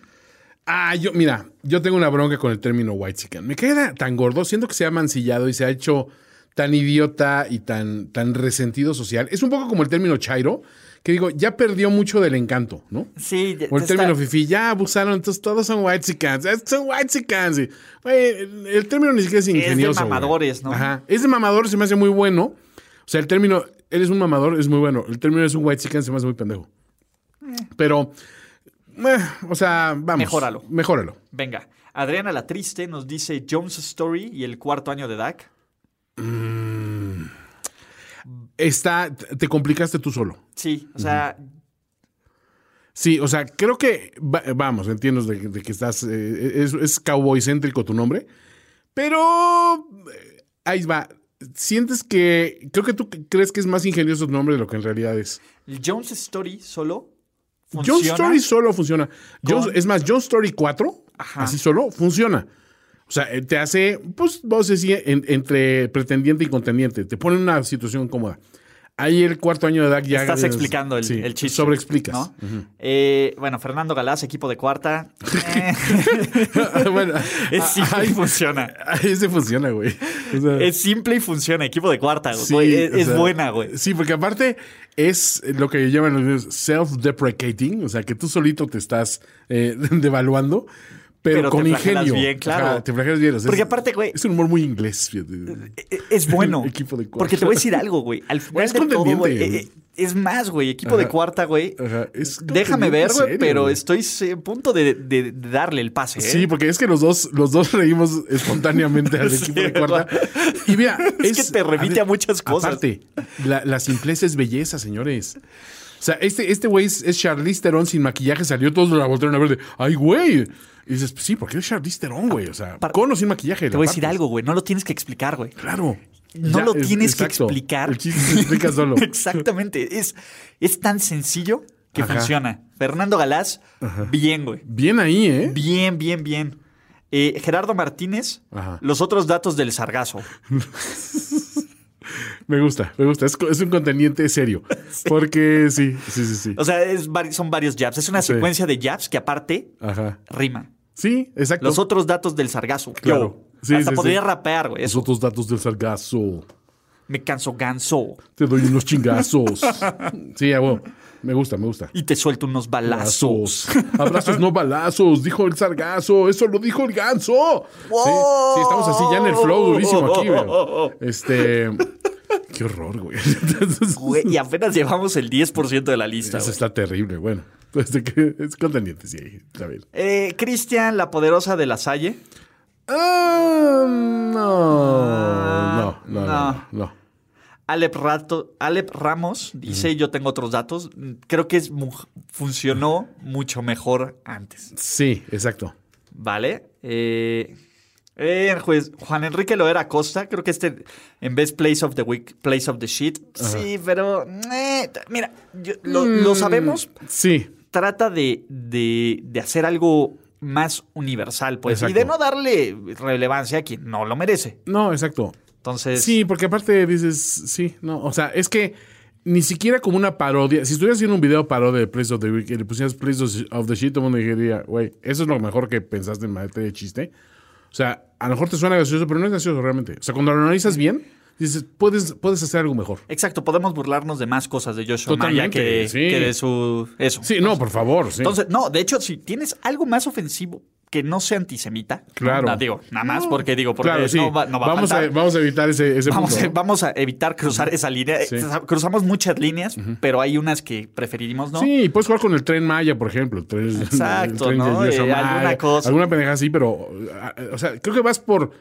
Speaker 2: Ah, yo, mira, yo tengo una bronca con el término white chicken. Me queda tan gordo, siento que se ha mancillado y se ha hecho tan idiota y tan, tan resentido social. Es un poco como el término chairo, que digo, ya perdió mucho del encanto, ¿no?
Speaker 3: Sí, ya-
Speaker 2: O el
Speaker 3: ya está.
Speaker 2: término fifi, ya abusaron, entonces todos son white chickens, eh, son white chickens. Y, güey, el, el término ni siquiera es ingenioso. güey.
Speaker 3: mamadores, ¿no?
Speaker 2: Ajá. Es de mamador, se me hace muy bueno. O sea, el término, eres un mamador, es muy bueno. El término es un white chicken, se me hace muy pendejo. Pero, eh, o sea, vamos.
Speaker 3: Mejóralo.
Speaker 2: Mejóralo.
Speaker 3: Venga, Adriana la Triste nos dice Jones Story y el cuarto año de Dak.
Speaker 2: Está, te complicaste tú solo.
Speaker 3: Sí, o sea,
Speaker 2: Sí, o sea, creo que, va- vamos, entiendo de, de que estás, eh, es, es cowboycéntrico tu nombre, pero eh, ahí va. Sientes que, creo que tú crees que es más ingenioso tu nombre de lo que en realidad es.
Speaker 3: el Jones Story solo funciona.
Speaker 2: John Story solo funciona. John-
Speaker 3: Con-
Speaker 2: es más, John Story 4,
Speaker 3: Ajá.
Speaker 2: así solo, funciona. O sea, eh, te hace, pues, vos decís, entre pretendiente y contendiente. Te pone en una situación cómoda. Ahí el cuarto año de edad ya...
Speaker 3: Estás explicando el,
Speaker 2: sí,
Speaker 3: el chiste.
Speaker 2: Sobreexplicas. <laughs>
Speaker 3: ¿no? Eh, bueno, Fernando Galás, equipo de cuarta. Eh, <laughs>
Speaker 2: Ah, bueno,
Speaker 3: es simple y
Speaker 2: ay,
Speaker 3: funciona.
Speaker 2: Ahí se funciona, güey. O sea,
Speaker 3: Es simple y funciona. Equipo de cuarta,
Speaker 2: sí,
Speaker 3: güey. Es,
Speaker 2: o
Speaker 3: es
Speaker 2: sea,
Speaker 3: buena, güey.
Speaker 2: Sí, porque aparte es lo que llaman los gringos self-deprecating, o sea, que tú solito te estás eh, <laughs> devaluando, pero,
Speaker 3: Pero te
Speaker 2: con
Speaker 3: flagelas
Speaker 2: ingenio.
Speaker 3: bien, claro.
Speaker 2: Ajá, te flagelas bien. o sea,
Speaker 3: Porque
Speaker 2: es-
Speaker 3: aparte, güey-
Speaker 2: Es un humor muy inglés, fíjate.
Speaker 3: E- Es bueno.
Speaker 2: <laughs> Equipo de cuarta.
Speaker 3: Porque te voy a decir algo, güey. Al final
Speaker 2: Es
Speaker 3: de todo, güey.
Speaker 2: contendiente.
Speaker 3: eh, eh, Es más, güey. Equipo de
Speaker 2: Ajá.
Speaker 3: cuarta, güey.
Speaker 2: Ajá, es
Speaker 3: Déjame ver,
Speaker 2: contendiente
Speaker 3: güey.
Speaker 2: serio,
Speaker 3: Pero
Speaker 2: güey.
Speaker 3: estoy en punto de, de- de darle el pase. ¿eh?
Speaker 2: Sí, porque es que los dos, los dos reímos
Speaker 3: <laughs>
Speaker 2: espontáneamente al
Speaker 3: Sí,
Speaker 2: equipo de cuarta. Y mira,
Speaker 3: <laughs> Es que te remite
Speaker 2: ver,
Speaker 3: a muchas cosas.
Speaker 2: Aparte, la, la simpleza es belleza, señores. O sea, este, este güey es, es Charlize Theron sin maquillaje, salió todos la voltearon a ver de, ay, güey. Y dices, pues sí, porque es Charlize Theron, güey. O sea,
Speaker 3: Par-
Speaker 2: con o sin maquillaje.
Speaker 3: Te voy a decir algo, güey. No lo tienes que explicar, güey.
Speaker 2: Claro.
Speaker 3: No
Speaker 2: Ya,
Speaker 3: lo
Speaker 2: es-
Speaker 3: tienes
Speaker 2: exacto.
Speaker 3: que explicar.
Speaker 2: El chiste se explica
Speaker 3: <laughs>
Speaker 2: solo.
Speaker 3: Exactamente. Es, es tan sencillo que
Speaker 2: Ajá.
Speaker 3: funciona. Fernando Galás, bien, güey.
Speaker 2: Bien ahí, ¿eh?
Speaker 3: Bien, bien, bien. Eh, Gerardo Martínez,
Speaker 2: Ajá.
Speaker 3: los otros datos del sargazo.
Speaker 2: Me gusta, me gusta. Es, co- es un contendiente serio. Porque <laughs> sí, sí, sí, sí.
Speaker 3: O sea, es vari- son varios jabs. Es una
Speaker 2: Sí.
Speaker 3: secuencia de jabs que aparte
Speaker 2: Ajá.
Speaker 3: rima.
Speaker 2: Sí, exacto.
Speaker 3: Los otros datos del sargazo.
Speaker 2: Claro.
Speaker 3: Yo.
Speaker 2: Sí,
Speaker 3: Hasta
Speaker 2: sí,
Speaker 3: podría
Speaker 2: sí.
Speaker 3: rapear, güey.
Speaker 2: Los
Speaker 3: Eso.
Speaker 2: otros datos del sargazo.
Speaker 3: Me canso ganso
Speaker 2: Te doy unos chingazos. Sí, a huevo. Me gusta, me gusta.
Speaker 3: y te suelto unos balazos.
Speaker 2: Abrazos, no balazos. Dijo el sargazo. Eso lo dijo el ganso. Sí, sí, estamos así ya en el flow durísimo aquí, güey. Este. Qué horror, güey. <laughs> Entonces,
Speaker 3: Güey, y apenas llevamos el 10% de la lista.
Speaker 2: eso
Speaker 3: güey.
Speaker 2: está terrible, bueno. Este, que es contendiente, sí, está bien.
Speaker 3: Eh, Cristian, la poderosa de la Salle.
Speaker 2: Ah, no, no, no, no,
Speaker 3: Ah,
Speaker 2: no.
Speaker 3: Alep, Rato- Alep Ramos dice, yo tengo otros datos. Creo que es mu- funcionó mucho mejor antes.
Speaker 2: Sí, exacto.
Speaker 3: ¿Vale? Eh, eh, juez- Juan Enrique Loera Acosta, creo que este en Best Place of the Week, Place of the Shit. Sí, pero... eh, mira, yo- lo, lo sabemos.
Speaker 2: Sí,
Speaker 3: Trata de, de- de hacer algo más universal, pues. Y
Speaker 2: Exacto.
Speaker 3: de no darle relevancia a quien no lo merece.
Speaker 2: no, exacto.
Speaker 3: Entonces...
Speaker 2: Sí, porque aparte dices, sí, no, o sea, es que ni siquiera como una parodia. Si estuvieras haciendo un video parodia de Place of the Week y le pusieras Place of- of the Shit, todo el mundo diría, güey, eso es lo mejor que pensaste en materia de chiste. O sea, a lo mejor te suena gracioso, pero no es gracioso realmente. O sea, cuando lo analizas bien, dices, puedes, puedes hacer algo mejor.
Speaker 3: Exacto, podemos burlarnos de más cosas de Joshua Maya
Speaker 2: Totalmente,
Speaker 3: que,
Speaker 2: sí.
Speaker 3: que de su eso.
Speaker 2: Sí, no, por favor, sí.
Speaker 3: Entonces, no, de hecho, si tienes algo más ofensivo que no sea antisemita,
Speaker 2: Claro.
Speaker 3: no, digo, nada más porque digo, porque
Speaker 2: claro, sí.
Speaker 3: no va, no va
Speaker 2: vamos,
Speaker 3: a
Speaker 2: a,
Speaker 3: faltar.
Speaker 2: vamos a evitar ese, ese
Speaker 3: Vamos,
Speaker 2: punto.
Speaker 3: a, vamos a evitar cruzar esa línea.
Speaker 2: Sí.
Speaker 3: Eh, Cruzamos muchas líneas, pero hay unas que preferiríamos, ¿no?
Speaker 2: Sí, puedes jugar con el tren Maya, por ejemplo. el tren-
Speaker 3: Exacto,
Speaker 2: el tren
Speaker 3: ¿no?
Speaker 2: de Yoshio
Speaker 3: Eh, alguna
Speaker 2: Maya,
Speaker 3: cosa.
Speaker 2: Alguna pendeja así, pero. ah, O sea, creo que vas por.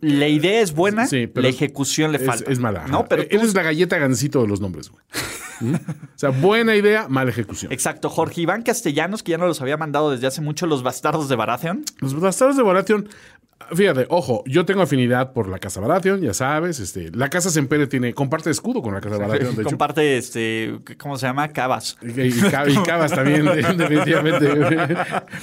Speaker 3: La idea es buena,
Speaker 2: Sí, pero
Speaker 3: la
Speaker 2: es-
Speaker 3: ejecución le
Speaker 2: Es-
Speaker 3: falta.
Speaker 2: Es, mala. Eh, E-,
Speaker 3: No, pero tú-
Speaker 2: Eres la galleta gancito de los nombres, güey. ¿Mm? O sea, buena idea, mala ejecución.
Speaker 3: Exacto, Jorge Iván Castellanos, que ya nos los había mandado desde hace mucho, los bastardos de Baratheon.
Speaker 2: Los bastardos de Baratheon. Fíjate, ojo, yo tengo afinidad por la casa Baratheon, ya sabes. Este, la casa Sempere tiene, comparte escudo con la casa
Speaker 3: <laughs>
Speaker 2: Baratheon, de hecho.
Speaker 3: Comparte, este, ¿cómo se llama? Cabas.
Speaker 2: Y, y ca- y cabas también, <laughs> definitivamente.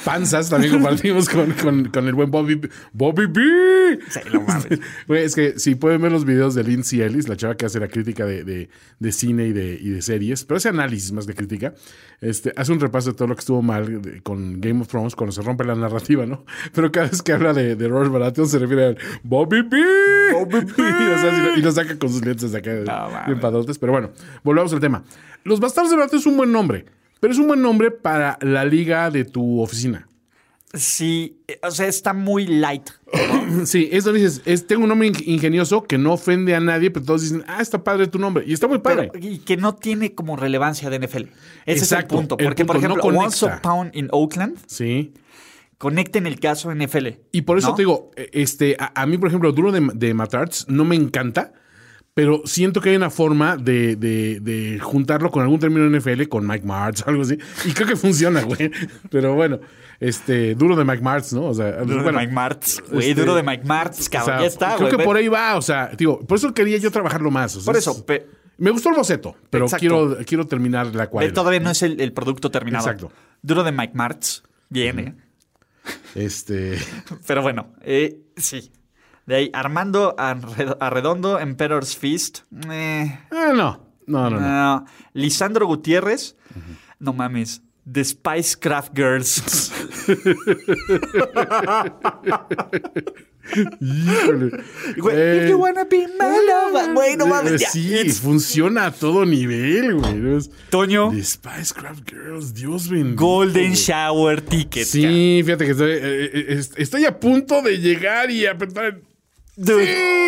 Speaker 2: Panzas también compartimos con, con- con el buen Bobby B. ¡Bobby B!
Speaker 3: Sí, no mames.
Speaker 2: Güey, es que si pueden ver los videos de Lindsay Ellis, la chava que hace la crítica de, de- de cine y de, y de series, pero ese análisis más que crítica, este, hace un repaso de todo lo que estuvo mal de- con Game of Thrones cuando se rompe la narrativa, ¿no? <laughs> Pero cada vez que habla de, de Robert Baratheon se refiere a Bobby B. <laughs>
Speaker 3: Bobby B.
Speaker 2: y, Oh, o sea, si lo- y lo saca con sus lentes de acá,
Speaker 3: mames.
Speaker 2: bien padrotes, pero bueno, volvamos al tema. Los Bastardos de Baratheon es un buen nombre, pero es un buen nombre para la liga de tu oficina.
Speaker 3: Sí, eh, o sea, está muy light.
Speaker 2: <laughs> Sí, eso dices, es, tengo un nombre ing- ingenioso que no ofende a nadie, pero todos dicen, ah, está padre tu nombre. Y está muy padre.
Speaker 3: Pero- y que no tiene como relevancia de NFL. Ese
Speaker 2: Exacto,
Speaker 3: es el punto.
Speaker 2: el
Speaker 3: Porque, por
Speaker 2: punto, no
Speaker 3: ejemplo, Once
Speaker 2: conecta.
Speaker 3: Upon in Oakland
Speaker 2: sí.
Speaker 3: conecta en el caso NFL.
Speaker 2: Y por eso
Speaker 3: ¿no?
Speaker 2: te digo, eh, este, a, a mí, por ejemplo, Duro de, de Matards no me encanta, pero siento que hay una forma de, de- de juntarlo con algún término NFL, con Mike Martz <laughs> o algo así. Y creo que funciona, güey. Pero bueno, este, Duro de Mike Martz, ¿no? O sea,
Speaker 3: Duro
Speaker 2: bueno,
Speaker 3: de Mike Martz, güey.
Speaker 2: este,
Speaker 3: Duro de Mike Martz,
Speaker 2: o
Speaker 3: cabrón.
Speaker 2: sea,
Speaker 3: ya está,
Speaker 2: Creo
Speaker 3: güey.
Speaker 2: que por ahí va, o sea, digo, por eso quería yo trabajarlo más. o sea,
Speaker 3: Por
Speaker 2: es-
Speaker 3: eso, pe-
Speaker 2: Me gustó el boceto, pero
Speaker 3: Exacto.
Speaker 2: quiero, quiero terminar la
Speaker 3: ve,
Speaker 2: cual.
Speaker 3: todavía no es el, el producto terminado.
Speaker 2: Exacto.
Speaker 3: Duro de Mike Martz. Viene.
Speaker 2: Este, <laughs>
Speaker 3: Pero bueno, eh, sí. De ahí, Armando Arre- Arredondo, Emperor's Fist. Eh,
Speaker 2: ah, no, no, no, no.
Speaker 3: no. Ah, Lisandro Gutiérrez. No mames. The Spice Craft
Speaker 2: <laughs>
Speaker 3: Girls.
Speaker 2: Híjole.
Speaker 3: <laughs> Güey,
Speaker 2: Eh,
Speaker 3: if you wanna be my lover. Güey, no mames. ya.
Speaker 2: Sí,
Speaker 3: It's-
Speaker 2: funciona a todo nivel, güey. ¿no? Es-
Speaker 3: Toño,
Speaker 2: The Spicecraft Girls, Dios bendito.
Speaker 3: Golden
Speaker 2: güey.
Speaker 3: Shower Ticket. cabrón.
Speaker 2: Sí, fíjate que estoy, eh, eh, est- estoy a punto de llegar y apretar el...
Speaker 3: Dude,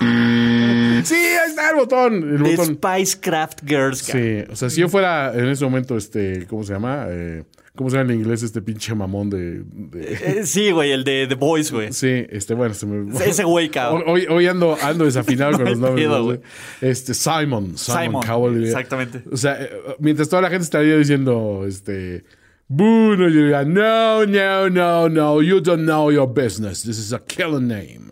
Speaker 3: Mm.
Speaker 2: Sí, ahí está el botón. El
Speaker 3: The
Speaker 2: botón.
Speaker 3: Spice Craft Girls. cabrón.
Speaker 2: Sí, o sea,
Speaker 3: Mm.
Speaker 2: si yo fuera en ese momento, este, ¿cómo se llama? Eh, ¿Cómo se llama en inglés este pinche mamón de... de-
Speaker 3: Eh, Sí, güey, el de The Boys, güey.
Speaker 2: Sí, este, bueno, se me...
Speaker 3: Ese güey, cabrón.
Speaker 2: Hoy, hoy ando, ando
Speaker 3: <laughs>
Speaker 2: desafinado con
Speaker 3: hay
Speaker 2: los nombres.
Speaker 3: pedo,
Speaker 2: ¿no?
Speaker 3: güey.
Speaker 2: Este, <laughs> Simon, Simon,
Speaker 3: Simon,
Speaker 2: Cowell.
Speaker 3: exactamente.
Speaker 2: O sea, eh, mientras toda la gente estaría diciendo, este, boo, no, yo diría, no, no, no, no, you don't know your business. This is a killer name.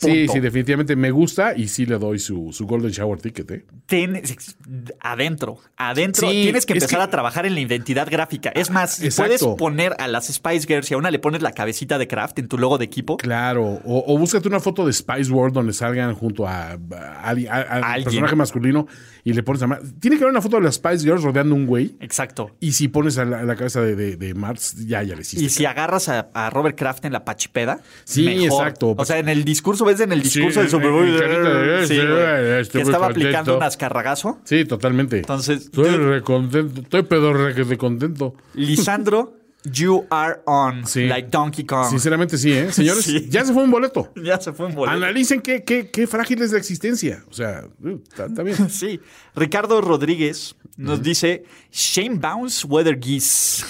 Speaker 2: Sí,
Speaker 3: Punto.
Speaker 2: sí, definitivamente me gusta y sí le doy su, su Golden Shower Ticket, ¿eh?
Speaker 3: Tienes- adentro, adentro.
Speaker 2: Sí,
Speaker 3: tienes que
Speaker 2: es
Speaker 3: empezar
Speaker 2: que-
Speaker 3: a trabajar en la identidad gráfica. Es más, si
Speaker 2: Exacto.
Speaker 3: puedes poner a las Spice Girls y a una le pones la cabecita de Kraft en tu logo de equipo.
Speaker 2: Claro, o, o búscate una foto de Spice World donde salgan junto a, a- a- a- al
Speaker 3: Alguien.
Speaker 2: personaje masculino y le pones a... Mar- Tiene que haber una foto de las Spice Girls rodeando un güey.
Speaker 3: Exacto.
Speaker 2: Y si pones a la, a la cabeza de, de, de Marx, ya, ya le hiciste.
Speaker 3: Y si agarras a, a Robert Kraft en la pachipeda,
Speaker 2: Sí,
Speaker 3: mejor.
Speaker 2: exacto.
Speaker 3: O sea, en el discurso, ves en el discurso
Speaker 2: Sí,
Speaker 3: del Super
Speaker 2: en-
Speaker 3: Bowl,
Speaker 2: en carita de-
Speaker 3: sí, güey,
Speaker 2: eh, estoy
Speaker 3: que
Speaker 2: muy
Speaker 3: estaba
Speaker 2: contento.
Speaker 3: aplicando un ascarragazo.
Speaker 2: Sí, totalmente.
Speaker 3: Entonces,
Speaker 2: Estoy <laughs>
Speaker 3: dude.
Speaker 2: recontento. Estoy pedo de contento.
Speaker 3: Lisandro, you are on,
Speaker 2: Sí.
Speaker 3: like Donkey Kong.
Speaker 2: Sinceramente, sí, ¿eh? Señores,
Speaker 3: Ah. <laughs> Sí.
Speaker 2: ya se fue un boleto.
Speaker 3: <laughs> Ya se fue un boleto.
Speaker 2: Analicen qué, qué, qué frágil es la existencia. O sea, uh, está, está
Speaker 3: <laughs>
Speaker 2: bien.
Speaker 3: Sí. Ricardo Rodríguez nos dice Shane Bounce Weather
Speaker 2: <laughs>
Speaker 3: Geese.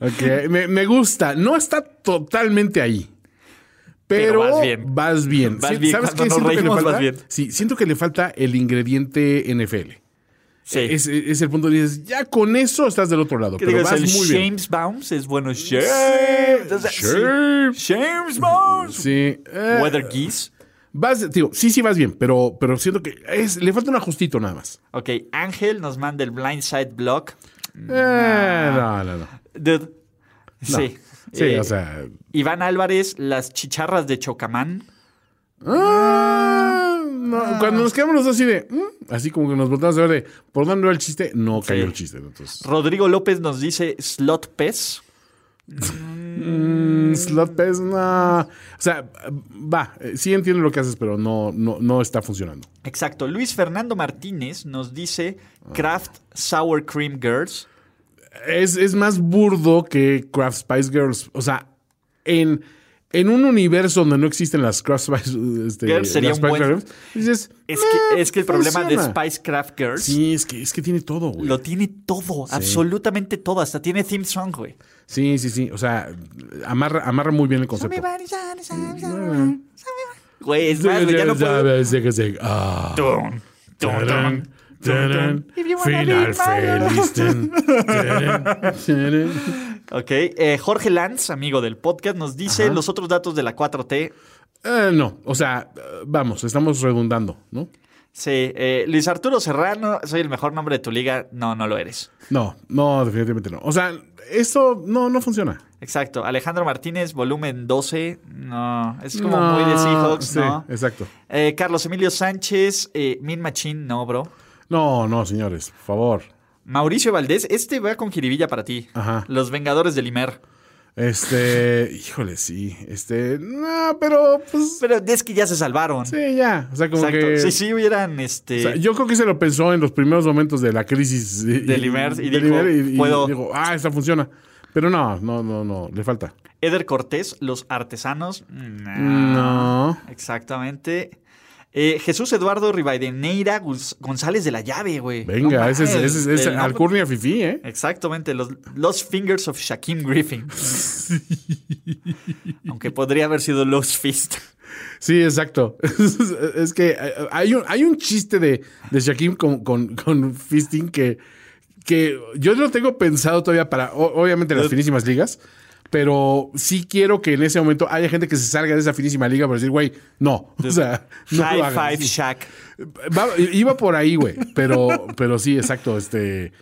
Speaker 2: Ok, me, me gusta. No está totalmente ahí.
Speaker 3: Pero
Speaker 2: Pero,
Speaker 3: vas
Speaker 2: vas
Speaker 3: bien.
Speaker 2: bien.
Speaker 3: Vas bien. Cuando nos
Speaker 2: Siento que le
Speaker 3: reímos, vas
Speaker 2: falta-
Speaker 3: bien.
Speaker 2: Sí, siento que le falta el ingrediente NFL.
Speaker 3: Sí.
Speaker 2: Es, es el punto donde dices, ya con eso estás del otro lado.
Speaker 3: ¿Qué
Speaker 2: Pero
Speaker 3: digo? Es
Speaker 2: vas
Speaker 3: el
Speaker 2: muy bien.
Speaker 3: James Bounce es bueno. James. O sea, sí.
Speaker 2: James.
Speaker 3: James Bounce.
Speaker 2: Sí. eh,
Speaker 3: Weather Geese.
Speaker 2: vas, digo, sí, sí vas bien, pero, pero siento que es, le falta un ajustito nada más.
Speaker 3: Ok, Ángel nos manda el Blindside Block.
Speaker 2: Eh,
Speaker 3: Mm.
Speaker 2: no, no, no.
Speaker 3: Dude. Sí.
Speaker 2: Sí,
Speaker 3: Eh,
Speaker 2: o sea.
Speaker 3: Iván Álvarez, las chicharras de Chocamán.
Speaker 2: ah, no, Cuando nos quedamos los dos así de. mm, así como que nos voltamos a ver de. ¿Por dónde va el chiste? No cayó
Speaker 3: Sí.
Speaker 2: el chiste. ¿no? Entonces.
Speaker 3: Rodrigo López nos dice Slot Pez.
Speaker 2: mm, slot Pez, no. O sea, va. eh, Sí entiendo lo que haces, pero no, no, no está funcionando.
Speaker 3: Exacto. Luis Fernando Martínez nos dice Kraft Sour Cream Girls.
Speaker 2: es, es más burdo que Craft Spice Girls. O sea, en, en un universo donde no existen las Craft Spice, este,
Speaker 3: Girls sería
Speaker 2: las
Speaker 3: un buen-
Speaker 2: dices,
Speaker 3: Es que,
Speaker 2: "Nah,
Speaker 3: es que el problema de
Speaker 2: funciona".
Speaker 3: Spice Craft Girls
Speaker 2: Sí, es que, es que tiene todo, güey.
Speaker 3: lo tiene todo, absolutamente todo. Hasta tiene theme song, güey.
Speaker 2: Sí, sí, sí. O sea, amarra, amarra muy bien el concepto.
Speaker 3: Güey, es más, güey, ya no puedo.
Speaker 2: Ah.
Speaker 3: Dun, dun, dun.
Speaker 2: Tarán,
Speaker 4: If you wanna
Speaker 2: Final
Speaker 4: be my
Speaker 3: <laughs>
Speaker 2: feliz. Tan, tarán, tarán.
Speaker 3: Ok, eh, Jorge Lanz, amigo del podcast, nos dice los otros datos de la 4T.
Speaker 2: Eh, no, o sea, eh, vamos, estamos redundando, ¿no?
Speaker 3: Sí, eh, Luis Arturo Serrano, soy el mejor nombre de tu liga. No, no lo eres.
Speaker 2: No, no, definitivamente no. O sea, esto no, no funciona.
Speaker 3: Exacto. Alejandro Martínez, volumen 12. No, es como
Speaker 2: No,
Speaker 3: muy de Seahawks,
Speaker 2: sí,
Speaker 3: ¿no?
Speaker 2: Exacto.
Speaker 3: Eh, Carlos Emilio Sánchez, eh, Min Machín, no, bro.
Speaker 2: No, no, señores, por favor.
Speaker 3: Mauricio Valdés, este va con jiribilla para ti.
Speaker 2: Ajá.
Speaker 3: Los Vengadores del Imer.
Speaker 2: Este, híjole, sí. Este, no, pero pues
Speaker 3: Pero es que ya se salvaron.
Speaker 2: sí, ya. O sea, como
Speaker 3: Exacto.
Speaker 2: que
Speaker 3: Si sí hubieran
Speaker 2: o
Speaker 3: este.
Speaker 2: sea, yo creo que se lo pensó en los primeros momentos de la crisis y-
Speaker 3: Del Imer, y
Speaker 2: del
Speaker 3: dijo,
Speaker 2: Imer, y- y
Speaker 3: "Puedo".
Speaker 2: dijo, ah, esta funciona. Pero no, no, no, no, le falta.
Speaker 3: Eder Cortés, los artesanos.
Speaker 2: No.
Speaker 3: Exactamente. Eh, Jesús Eduardo Rivaideneira Gonz- González de la Llave, güey.
Speaker 2: Venga,
Speaker 3: No
Speaker 2: ese es,
Speaker 3: mames,
Speaker 2: ese es, ese es
Speaker 3: del nombre-
Speaker 2: Alcurnia Fifi, ¿eh?
Speaker 3: Exactamente, los, los Fingers of Shaquem
Speaker 2: <laughs>
Speaker 3: Griffin. Aunque podría haber sido Los Fist.
Speaker 2: Sí, exacto. <laughs> Es, es que eh, hay un, hay un chiste de, de Shaquim con, con, con Fisting que, que yo lo tengo pensado todavía para, o- obviamente, las finísimas ligas, pero sí quiero que en ese momento haya gente que se salga de esa finísima liga para decir, güey, no. <laughs> O sea, no lo
Speaker 3: High
Speaker 2: hagas.
Speaker 3: Five Shaq.
Speaker 2: Va- iba por ahí, güey, pero, pero sí, exacto. Este.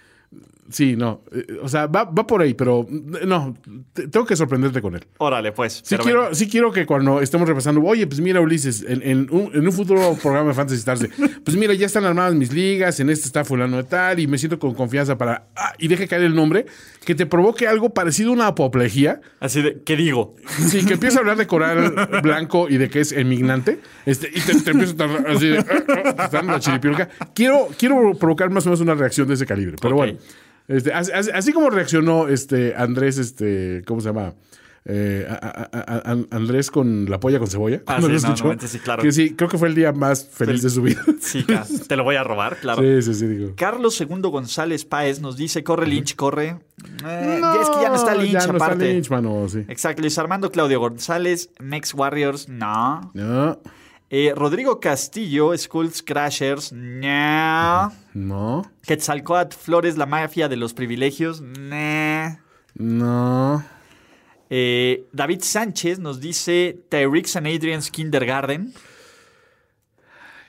Speaker 2: Sí, no. eh, O sea, va, va por ahí, pero no. te- tengo que sorprenderte con él.
Speaker 3: Órale, pues.
Speaker 2: Sí
Speaker 3: pero
Speaker 2: quiero,
Speaker 3: bueno.
Speaker 2: sí quiero que cuando estemos repasando, oye, pues mira, Ulises, en, en un, en un futuro programa de Fantasy
Speaker 3: <laughs>
Speaker 2: Stars, de, pues mira, ya están armadas mis ligas, en este está fulano de tal, y me siento con confianza para... ah, y deje caer el nombre, que te provoque algo parecido a una apoplejía.
Speaker 3: Así de, ¿qué digo?
Speaker 2: Sí, que empiece a hablar de coral blanco y de que es emigrante. Este, y te, te empiezo a tardar así de... "Ah, ah", te dan la chiripiorca. Quiero, quiero provocar más o menos una reacción de ese calibre. Pero
Speaker 3: Ok.
Speaker 2: bueno, este, así, así- así como reaccionó este Andrés, este, ¿cómo se llama? Eh, a- a- a- a- Andrés con la polla con cebolla.
Speaker 3: Ah,
Speaker 2: cuando
Speaker 3: sí,
Speaker 2: lo
Speaker 3: no, normalmente sí, claro.
Speaker 2: Que sí, creo que fue el día más feliz de su vida.
Speaker 3: Sí, ca-
Speaker 2: <laughs>
Speaker 3: te lo voy a robar, <laughs> claro.
Speaker 2: Sí, sí, sí, digo.
Speaker 3: Carlos II González Páez nos dice, corre Lynch, corre. Eh, ya es que ya no está Lynch,
Speaker 2: Ya no
Speaker 3: aparte.
Speaker 2: está Lynch, mano, sí.
Speaker 3: Exacto, Luis Armando Claudio González, Mex Warriors, no.
Speaker 2: No,
Speaker 3: Eh, Rodrigo Castillo, Skulls Crashers, no.
Speaker 2: no,
Speaker 3: Quetzalcoatl Flores, la mafia de los privilegios, no.
Speaker 2: no.
Speaker 3: Eh, David Sánchez nos dice Tyrix and Adrian's Kindergarten.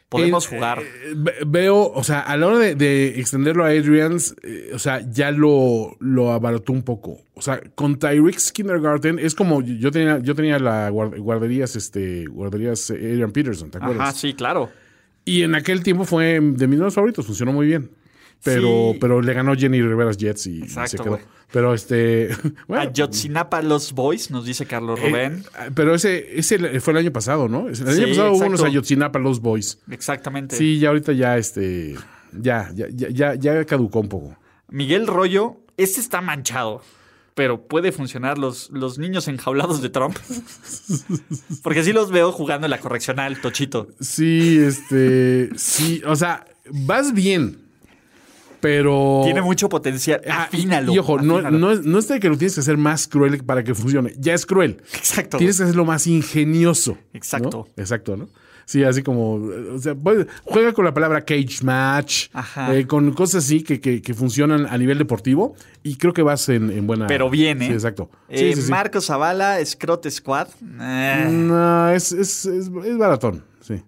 Speaker 3: Podemos
Speaker 2: Eh,
Speaker 3: jugar.
Speaker 2: eh, ve- veo, o sea, a la hora de, de extenderlo a Adrians, eh, o sea, ya lo, lo abarató un poco. O sea, con Tyreek's Kindergarten es como yo tenía, yo tenía la guar- guarderías, este, guarderías eh, Adrian Peterson, ¿te acuerdas?
Speaker 3: Ajá, sí, claro.
Speaker 2: Y en aquel tiempo fue de mis nuevos favoritos, funcionó muy bien. Pero,
Speaker 3: Sí.
Speaker 2: pero le ganó Jenny Rivera Jets y
Speaker 3: Exacto,
Speaker 2: se quedó.
Speaker 3: güey.
Speaker 2: Pero este. <laughs> bueno,
Speaker 3: Ayotzinapa Los Boys, nos dice Carlos Rubén.
Speaker 2: eh, pero ese, ese fue el año pasado, ¿no? El año
Speaker 3: Sí,
Speaker 2: pasado hubo unos
Speaker 3: exacto.
Speaker 2: Ayotzinapa Los Boys.
Speaker 3: Exactamente.
Speaker 2: Sí, ya ahorita ya este. Ya, ya, ya, ya, ya caducó un poco.
Speaker 3: Miguel Rollo, este está manchado, pero puede funcionar los, los niños enjaulados de Trump. <laughs> Porque sí los veo jugando en la correccional, Tochito.
Speaker 2: Sí, este. sí, o sea, vas bien. Pero.
Speaker 3: Tiene mucho potencial.
Speaker 2: Ah,
Speaker 3: Afínalo.
Speaker 2: Y ojo, no,
Speaker 3: afínalo.
Speaker 2: no, es, no es de que lo tienes que hacer más cruel para que funcione. Ya es cruel.
Speaker 3: <laughs> Exacto.
Speaker 2: Tienes que hacerlo más ingenioso. ¿no?
Speaker 3: Exacto.
Speaker 2: Exacto, ¿no? Sí, así como. O sea, puedes- juega con la palabra cage match.
Speaker 3: Ajá.
Speaker 2: eh, con cosas así que, que, que funcionan a nivel deportivo. Y creo que vas en, en buena.
Speaker 3: Pero bien, ¿eh?
Speaker 2: Sí, exacto.
Speaker 3: Eh,
Speaker 2: Sí, sí, sí.
Speaker 3: Marco Zavala, Scrot Squad. Eh,
Speaker 2: No, es, es, es, es baratón, sí.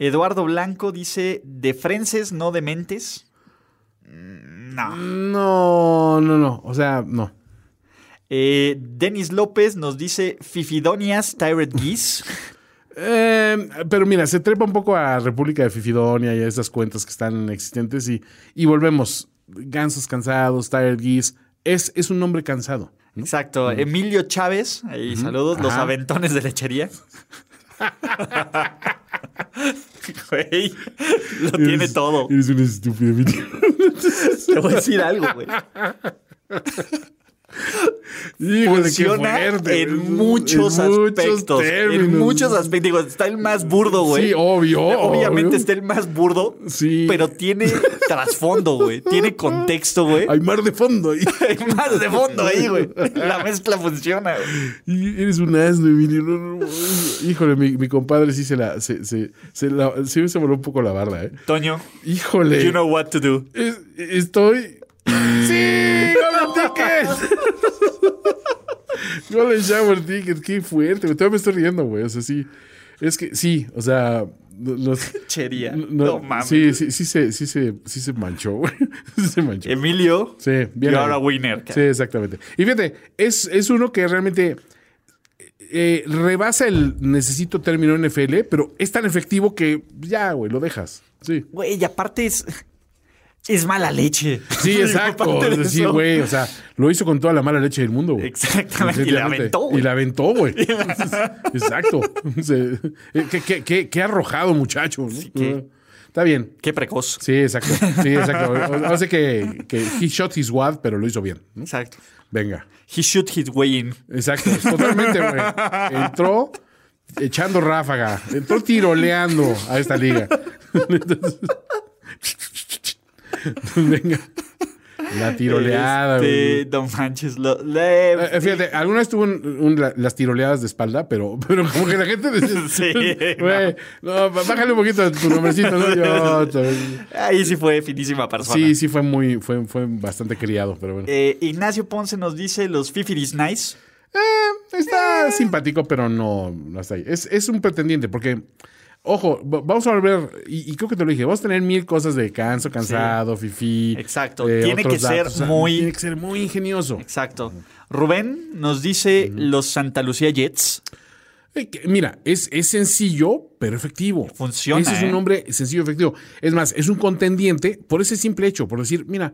Speaker 3: Eduardo Blanco dice: de frenses, no de mentes. Mm, No.
Speaker 2: No, no, no. O sea, no.
Speaker 3: Eh, Denis López nos dice: Fifidonias, Tired Geese.
Speaker 2: <laughs> Eh, pero mira, se trepa un poco a República de Fifidonia y a esas cuentas que están existentes y, y volvemos. Gansos cansados, Tired Geese. Es, es un nombre cansado.
Speaker 3: Exacto. Emilio Chávez, ahí saludos, los
Speaker 2: Mm. Ajá.
Speaker 3: aventones de
Speaker 2: <laughs>
Speaker 3: lechería. Güey, lo tiene
Speaker 2: Eres-
Speaker 3: todo.
Speaker 2: Eres un estúpido. Emilio.
Speaker 3: Te voy a decir algo, güey.
Speaker 2: Híjole, qué
Speaker 3: Funciona
Speaker 2: fuerte.
Speaker 3: en muchos
Speaker 2: En muchos
Speaker 3: aspectos. en
Speaker 2: términos.
Speaker 3: muchos aspectos. Digo, está el más burdo, güey.
Speaker 2: Sí, obvio,
Speaker 3: Obviamente este está
Speaker 2: obvio.
Speaker 3: el más burdo.
Speaker 2: Sí.
Speaker 3: Pero
Speaker 2: <laughs>
Speaker 3: tiene trasfondo, güey. Tiene contexto, güey.
Speaker 2: Hay mar de fondo. ahí.
Speaker 3: Hay más de fondo ahí,
Speaker 2: <laughs>
Speaker 3: güey. La mezcla funciona, güey.
Speaker 2: Y Eres un asno, Emilio. No, no, no. Híjole, mi, mi compadre sí se la. Se, se, se, la- sí se voló un poco la barra, ¿eh?
Speaker 3: Toño,
Speaker 2: Híjole.
Speaker 3: you know what to do.
Speaker 2: Es-
Speaker 3: <laughs>
Speaker 2: estoy. ¡Sí! ¡Golden <laughs> Ticket! Golden Shower Ticket, qué fuerte. güey. Todavía me estoy riendo, güey. O sea, sí. Es que sí, o sea. no- Nos,
Speaker 3: <laughs> Chería.
Speaker 2: no-
Speaker 3: No mames.
Speaker 2: Sí, sí, sí, se, sí, se, sí se manchó, güey. <laughs> Sí se manchó.
Speaker 3: Eh, Emilio,
Speaker 2: Sí, bien.
Speaker 3: you
Speaker 2: ahí.
Speaker 3: are a winner.
Speaker 2: Sí, exactamente. Y fíjate, es, es uno que realmente eh, rebasa el necesito término NFL, pero es tan efectivo que ya, güey, lo dejas. Sí.
Speaker 3: Güey, y aparte es. es mala leche. <laughs>
Speaker 2: Sí, exacto.
Speaker 3: Aparte de
Speaker 2: Es decir,
Speaker 3: eso.
Speaker 2: güey, o sea, lo hizo con toda la mala leche del mundo, güey.
Speaker 3: Exactamente, y la aventó, güey.
Speaker 2: Y la aventó, güey. <laughs> exacto. Se- eh, qué, qué- qué- qué arrojado, muchacho. ¿no? Ah.
Speaker 3: que-
Speaker 2: Está bien.
Speaker 3: Qué precoz.
Speaker 2: Sí, exacto. Sí, exacto. <laughs> O- o sea que, que he shot his wad, pero lo hizo bien. ¿no?
Speaker 3: Exacto.
Speaker 2: Venga.
Speaker 3: He shoot his way in.
Speaker 2: Exacto. Totalmente, güey. Entró echando ráfaga. Entró tiroleando a esta liga. Entonces- Venga. La tiroleada, güey.
Speaker 3: Este, no manches. lo- le-
Speaker 2: Eh, Fíjate, alguna vez tuvo un- un- la- las tiroleadas de espalda, pero, pero como que la gente decía,
Speaker 3: <laughs> <laughs> Sí,
Speaker 2: <laughs> güey, no. bájale un poquito a tu nombrecito, ¿no? Yo, chale.
Speaker 3: Ahí sí fue finísima persona.
Speaker 2: sí, sí fue muy, fue, fue bastante criado, pero bueno.
Speaker 3: Eh, Ignacio Ponce nos dice los Fifiris Nice. Eh.
Speaker 2: Está simpático, pero no, no hasta ahí. Es, es un pretendiente, porque, ojo, va- vamos a volver, y, y creo que te lo dije, vamos a tener mil cosas de canso, cansado, fifí. eh,
Speaker 3: Exacto. Tiene que ser
Speaker 2: datos. O sea,
Speaker 3: muy-
Speaker 2: Tiene que ser muy ingenioso.
Speaker 3: Exacto. Rubén nos dice los Santa Lucía Jets.
Speaker 2: Eh, que- Mira, es, es sencillo, pero efectivo.
Speaker 3: Funciona,
Speaker 2: Ese es un
Speaker 3: ¿eh?
Speaker 2: hombre sencillo, efectivo. Es más, es un contendiente por ese simple hecho, por decir, mira,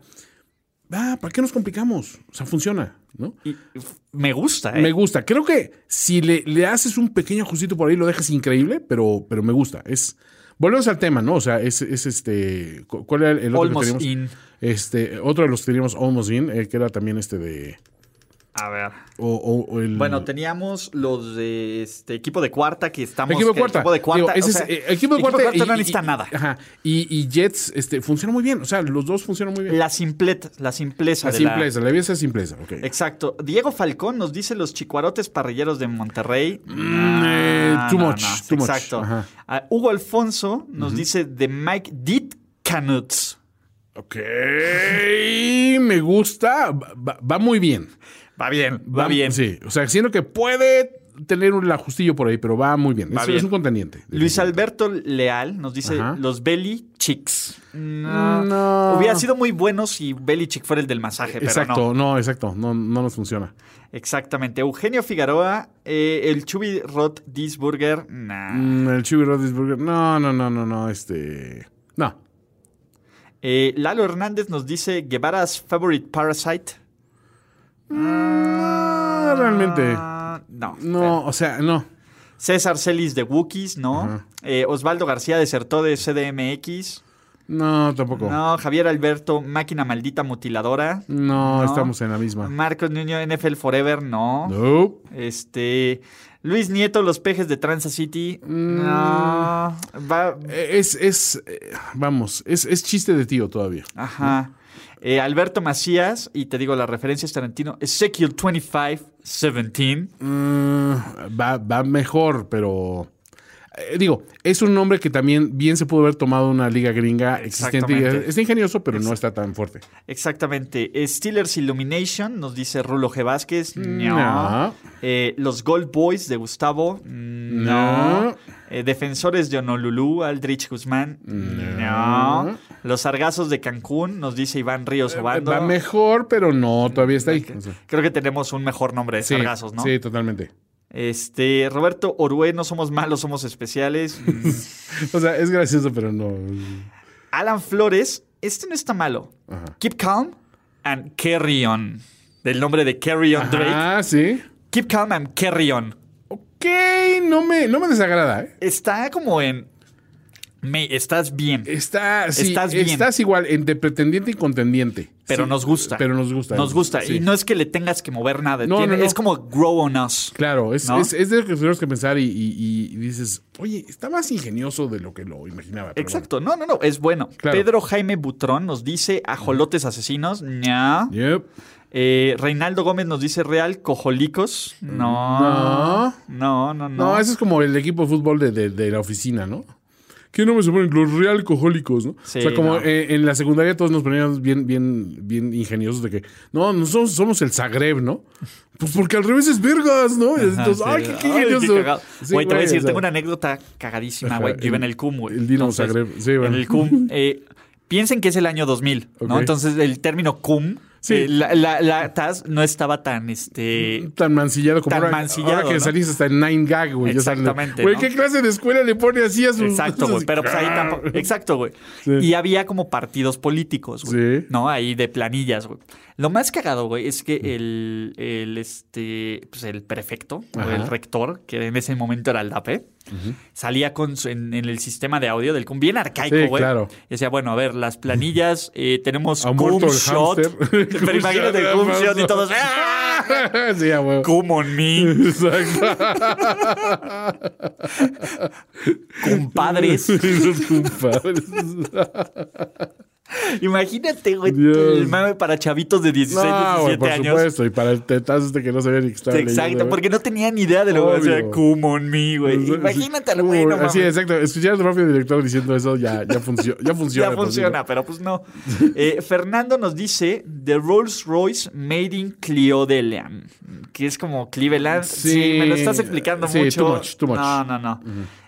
Speaker 2: ah, ¿para qué nos complicamos? O sea, funciona, ¿no?
Speaker 3: Y- me gusta, ¿eh?
Speaker 2: Me gusta. Creo que si le, le haces un pequeño ajustito por ahí, lo dejas increíble, pero, pero me gusta. Es. Volvemos al tema, ¿no? O sea, es, es este. cu- ¿Cuál era el, el otro
Speaker 3: Almost
Speaker 2: que teníamos?
Speaker 3: in.
Speaker 2: Este, otro de los que teníamos Almost In, eh, que era también este de.
Speaker 3: A ver.
Speaker 2: o- o- o el-
Speaker 3: Bueno, teníamos los de este equipo de cuarta que estamos.
Speaker 2: equipo de
Speaker 3: que
Speaker 2: cuarta.
Speaker 3: Equipo de cuarta.
Speaker 2: Digo, ese
Speaker 3: o sea,
Speaker 2: es, eh, equipo de cuarta.
Speaker 3: no
Speaker 2: y-
Speaker 3: necesita
Speaker 2: y-
Speaker 3: nada.
Speaker 2: Ajá. Y, y Jets este, funciona muy bien. O sea, los dos funcionan muy bien. La,
Speaker 3: La simplet, la simpleza. de la- Eh.
Speaker 2: simpleza, la, belleza es simpleza. ok.
Speaker 3: Exacto. Diego Falcón nos dice los chicuarotes parrilleros de Monterrey.
Speaker 2: eh,
Speaker 3: Ah,
Speaker 2: too much, too much.
Speaker 3: Exacto.
Speaker 2: Ajá.
Speaker 3: Ah, Hugo Alfonso nos dice de Mike Canuts.
Speaker 2: ok. Me gusta. Va, va- va muy bien.
Speaker 3: Va bien, va, bien.
Speaker 2: Sí. O sea, siento que puede tener un ajustillo por ahí, pero va muy bien.
Speaker 3: Va
Speaker 2: es,
Speaker 3: bien.
Speaker 2: es un contendiente.
Speaker 3: Luis Alberto Leal nos dice
Speaker 2: Ajá.
Speaker 3: los Belly Chicks. No.
Speaker 2: No.
Speaker 3: Hubiera sido muy bueno si Belly Chick fuera el del masaje, pero
Speaker 2: Exacto,
Speaker 3: no.
Speaker 2: no. exacto. No, no nos funciona.
Speaker 3: Exactamente. Eugenio Figueroa, eh, el Chubby Rot Disburger. Nah.
Speaker 2: Mm, el Chibi Rodisburger. No, no, no, no, no. Este. No.
Speaker 3: Eh, Lalo Hernández nos dice Guevara's Favorite Parasite.
Speaker 2: Ah, realmente.
Speaker 3: Ah, no.
Speaker 2: No, o sea, no.
Speaker 3: César Celis de Wookiees, ¿no? Eh, Osvaldo García desertó de CDMX.
Speaker 2: No, tampoco. No,
Speaker 3: No, Javier Alberto, máquina maldita mutiladora. No.
Speaker 2: estamos en la misma.
Speaker 3: Marcos Niño, NFL Forever, no.
Speaker 2: Ah. No.
Speaker 3: Este. Luis Nieto, los pejes de Transa City.
Speaker 2: Mm.
Speaker 3: No. Va-
Speaker 2: Es, es, eh, vamos, es, es chiste de tío todavía.
Speaker 3: ajá. Eh, Alberto Macías, y te digo, la referencia es Tarantino. Ezekiel 25, 17.
Speaker 2: Mm, va, va mejor, pero... eh, digo, es un nombre que también bien se pudo haber tomado una liga gringa existente. y
Speaker 3: Exactamente.
Speaker 2: es- Está ingenioso, pero no está tan fuerte.
Speaker 3: Exactamente. Eh, Steelers Illumination, nos dice Rulo G. Vázquez. No.
Speaker 2: Mm, No.
Speaker 3: Eh, los Gold Boys de Gustavo. No.
Speaker 2: No.
Speaker 3: Eh, Defensores de Honolulu, Aldrich Guzmán. No. Los Sargazos de Cancún, nos dice Iván Ríos Obando.
Speaker 2: Eh, Va mejor, pero no, todavía está ahí. O sea,
Speaker 3: Creo que tenemos un mejor nombre de
Speaker 2: sí,
Speaker 3: Sargazos, ¿no?
Speaker 2: sí, totalmente.
Speaker 3: Este, Roberto Orue, no somos malos, somos especiales.
Speaker 2: <laughs>
Speaker 3: Mm.
Speaker 2: O sea, es gracioso, pero no.
Speaker 3: Alan Flores, este no está malo. Keep calm and carry on. Del nombre de Carry On Drake.
Speaker 2: Ah, sí.
Speaker 3: Keep calm and carry on.
Speaker 2: Ok, no me, no me desagrada, ¿eh?
Speaker 3: Está como en. Me, estás bien.
Speaker 2: Eh, Está, sí,
Speaker 3: Estás
Speaker 2: estás,
Speaker 3: bien.
Speaker 2: igual entre pretendiente y contendiente.
Speaker 3: Pero
Speaker 2: Sí,
Speaker 3: nos gusta.
Speaker 2: Pero nos gusta.
Speaker 3: Nos gusta.
Speaker 2: Sí.
Speaker 3: Y no es que le tengas que mover nada.
Speaker 2: No,
Speaker 3: tiene-
Speaker 2: no, no.
Speaker 3: Es como grow on us.
Speaker 2: Claro, es,
Speaker 3: ¿No?
Speaker 2: es, es de lo que tenemos que pensar y, y- y dices, oye, está más ingenioso de lo que lo imaginaba. pero
Speaker 3: Exacto. No, no, no. Es bueno.
Speaker 2: Claro.
Speaker 3: Pedro Jaime Butrón nos dice ajolotes asesinos. No.
Speaker 2: bueno. Yep.
Speaker 3: Eh, Reinaldo Gómez nos dice real cojolicos. No.
Speaker 2: No.
Speaker 3: No, no, no.
Speaker 2: No, ese es como el equipo de fútbol de, de- de la oficina, ¿no? ¿Qué nombre se ponen? Los real cojólicos, ¿no?
Speaker 3: Sí,
Speaker 2: o sea, como
Speaker 3: no.
Speaker 2: eh, en la secundaria todos nos poníamos bien, bien, bien ingeniosos de que, no, nosotros somos el Zagreb, ¿no? Pues porque al revés es vergas, ¿no? Entonces,
Speaker 3: Sí.
Speaker 2: ay, qué, qué
Speaker 3: Ay,
Speaker 2: ingenioso.
Speaker 3: cagado.
Speaker 2: Sí,
Speaker 3: Güey, te voy a
Speaker 2: güey,
Speaker 3: decir,
Speaker 2: o sea,
Speaker 3: tengo una anécdota cagadísima,
Speaker 2: Ajá,
Speaker 3: güey. Yo iba en
Speaker 2: el-
Speaker 3: el CUM, güey.
Speaker 2: el Dinamo
Speaker 3: Entonces,
Speaker 2: <laughs> Zagreb. Sí, bueno.
Speaker 3: En el CUM. eh, piensen que es el año 2000, ¿no?
Speaker 2: Ok.
Speaker 3: Entonces, el término CUM
Speaker 2: Sí. Mm,
Speaker 3: eh, la, la, la TAS no estaba tan, este...
Speaker 2: Tan mancillado como
Speaker 3: Tan
Speaker 2: ahora,
Speaker 3: mancillado,
Speaker 2: ahora que
Speaker 3: ¿no?
Speaker 2: salís hasta en Nine Gag, güey. ya salen de-
Speaker 3: Exactamente,
Speaker 2: Güey,
Speaker 3: ¿no?
Speaker 2: ¿qué clase de escuela le pone así a sus...
Speaker 3: Exacto, güey. Pero pues ahí tampoco... Exacto, güey.
Speaker 2: Mm. Sí.
Speaker 3: Y había como partidos políticos, güey.
Speaker 2: Sí.
Speaker 3: ¿No? Ahí de planillas, güey. Lo más cagado, güey, es que el, el, este, pues el prefecto o
Speaker 2: Ajá.
Speaker 3: el rector, que en ese momento era el DAPE, E, salía con su- en, en el sistema de audio del cum, bien arcaico,
Speaker 2: Sí,
Speaker 3: güey.
Speaker 2: claro.
Speaker 3: Y decía, bueno, a ver, las
Speaker 2: <laughs>
Speaker 3: planillas, eh, tenemos
Speaker 2: Ha muerto
Speaker 3: cum
Speaker 2: el
Speaker 3: shot.
Speaker 2: hámster.
Speaker 3: <laughs> Pero imagínate
Speaker 2: <laughs>
Speaker 3: el cum shot y todos... ¡ah!
Speaker 2: <laughs> sí, a huevo.
Speaker 3: <laughs> Cum on me. Compadres.
Speaker 2: <laughs> Esos compadres.
Speaker 3: Imagínate, güey,
Speaker 2: Dios.
Speaker 3: el mame para chavitos de 16,
Speaker 2: No,
Speaker 3: 17
Speaker 2: güey, por
Speaker 3: años.
Speaker 2: supuesto. Y para el tetazo este que no sabía ni que estaba
Speaker 3: Exacto,
Speaker 2: leyendo, ¿eh? güey.
Speaker 3: porque no tenía ni idea de lo que
Speaker 2: Obvio.
Speaker 3: hacía Cum on me, güey.
Speaker 2: Sí,
Speaker 3: Imagínate al
Speaker 2: sí,
Speaker 3: güey, no
Speaker 2: Así,
Speaker 3: mames.
Speaker 2: exacto. Escuchar al propio director diciendo eso ya, ya, funcio- ya
Speaker 3: <laughs>
Speaker 2: funciona.
Speaker 3: Ya
Speaker 2: por
Speaker 3: funciona, pero pues no. Eh, Fernando nos dice The Rolls Royce Made in Cleodeland, que es como Cleveland. Sí,
Speaker 2: Sí.
Speaker 3: me lo estás explicando
Speaker 2: Sí,
Speaker 3: mucho.
Speaker 2: too much, too much.
Speaker 3: No, no, no.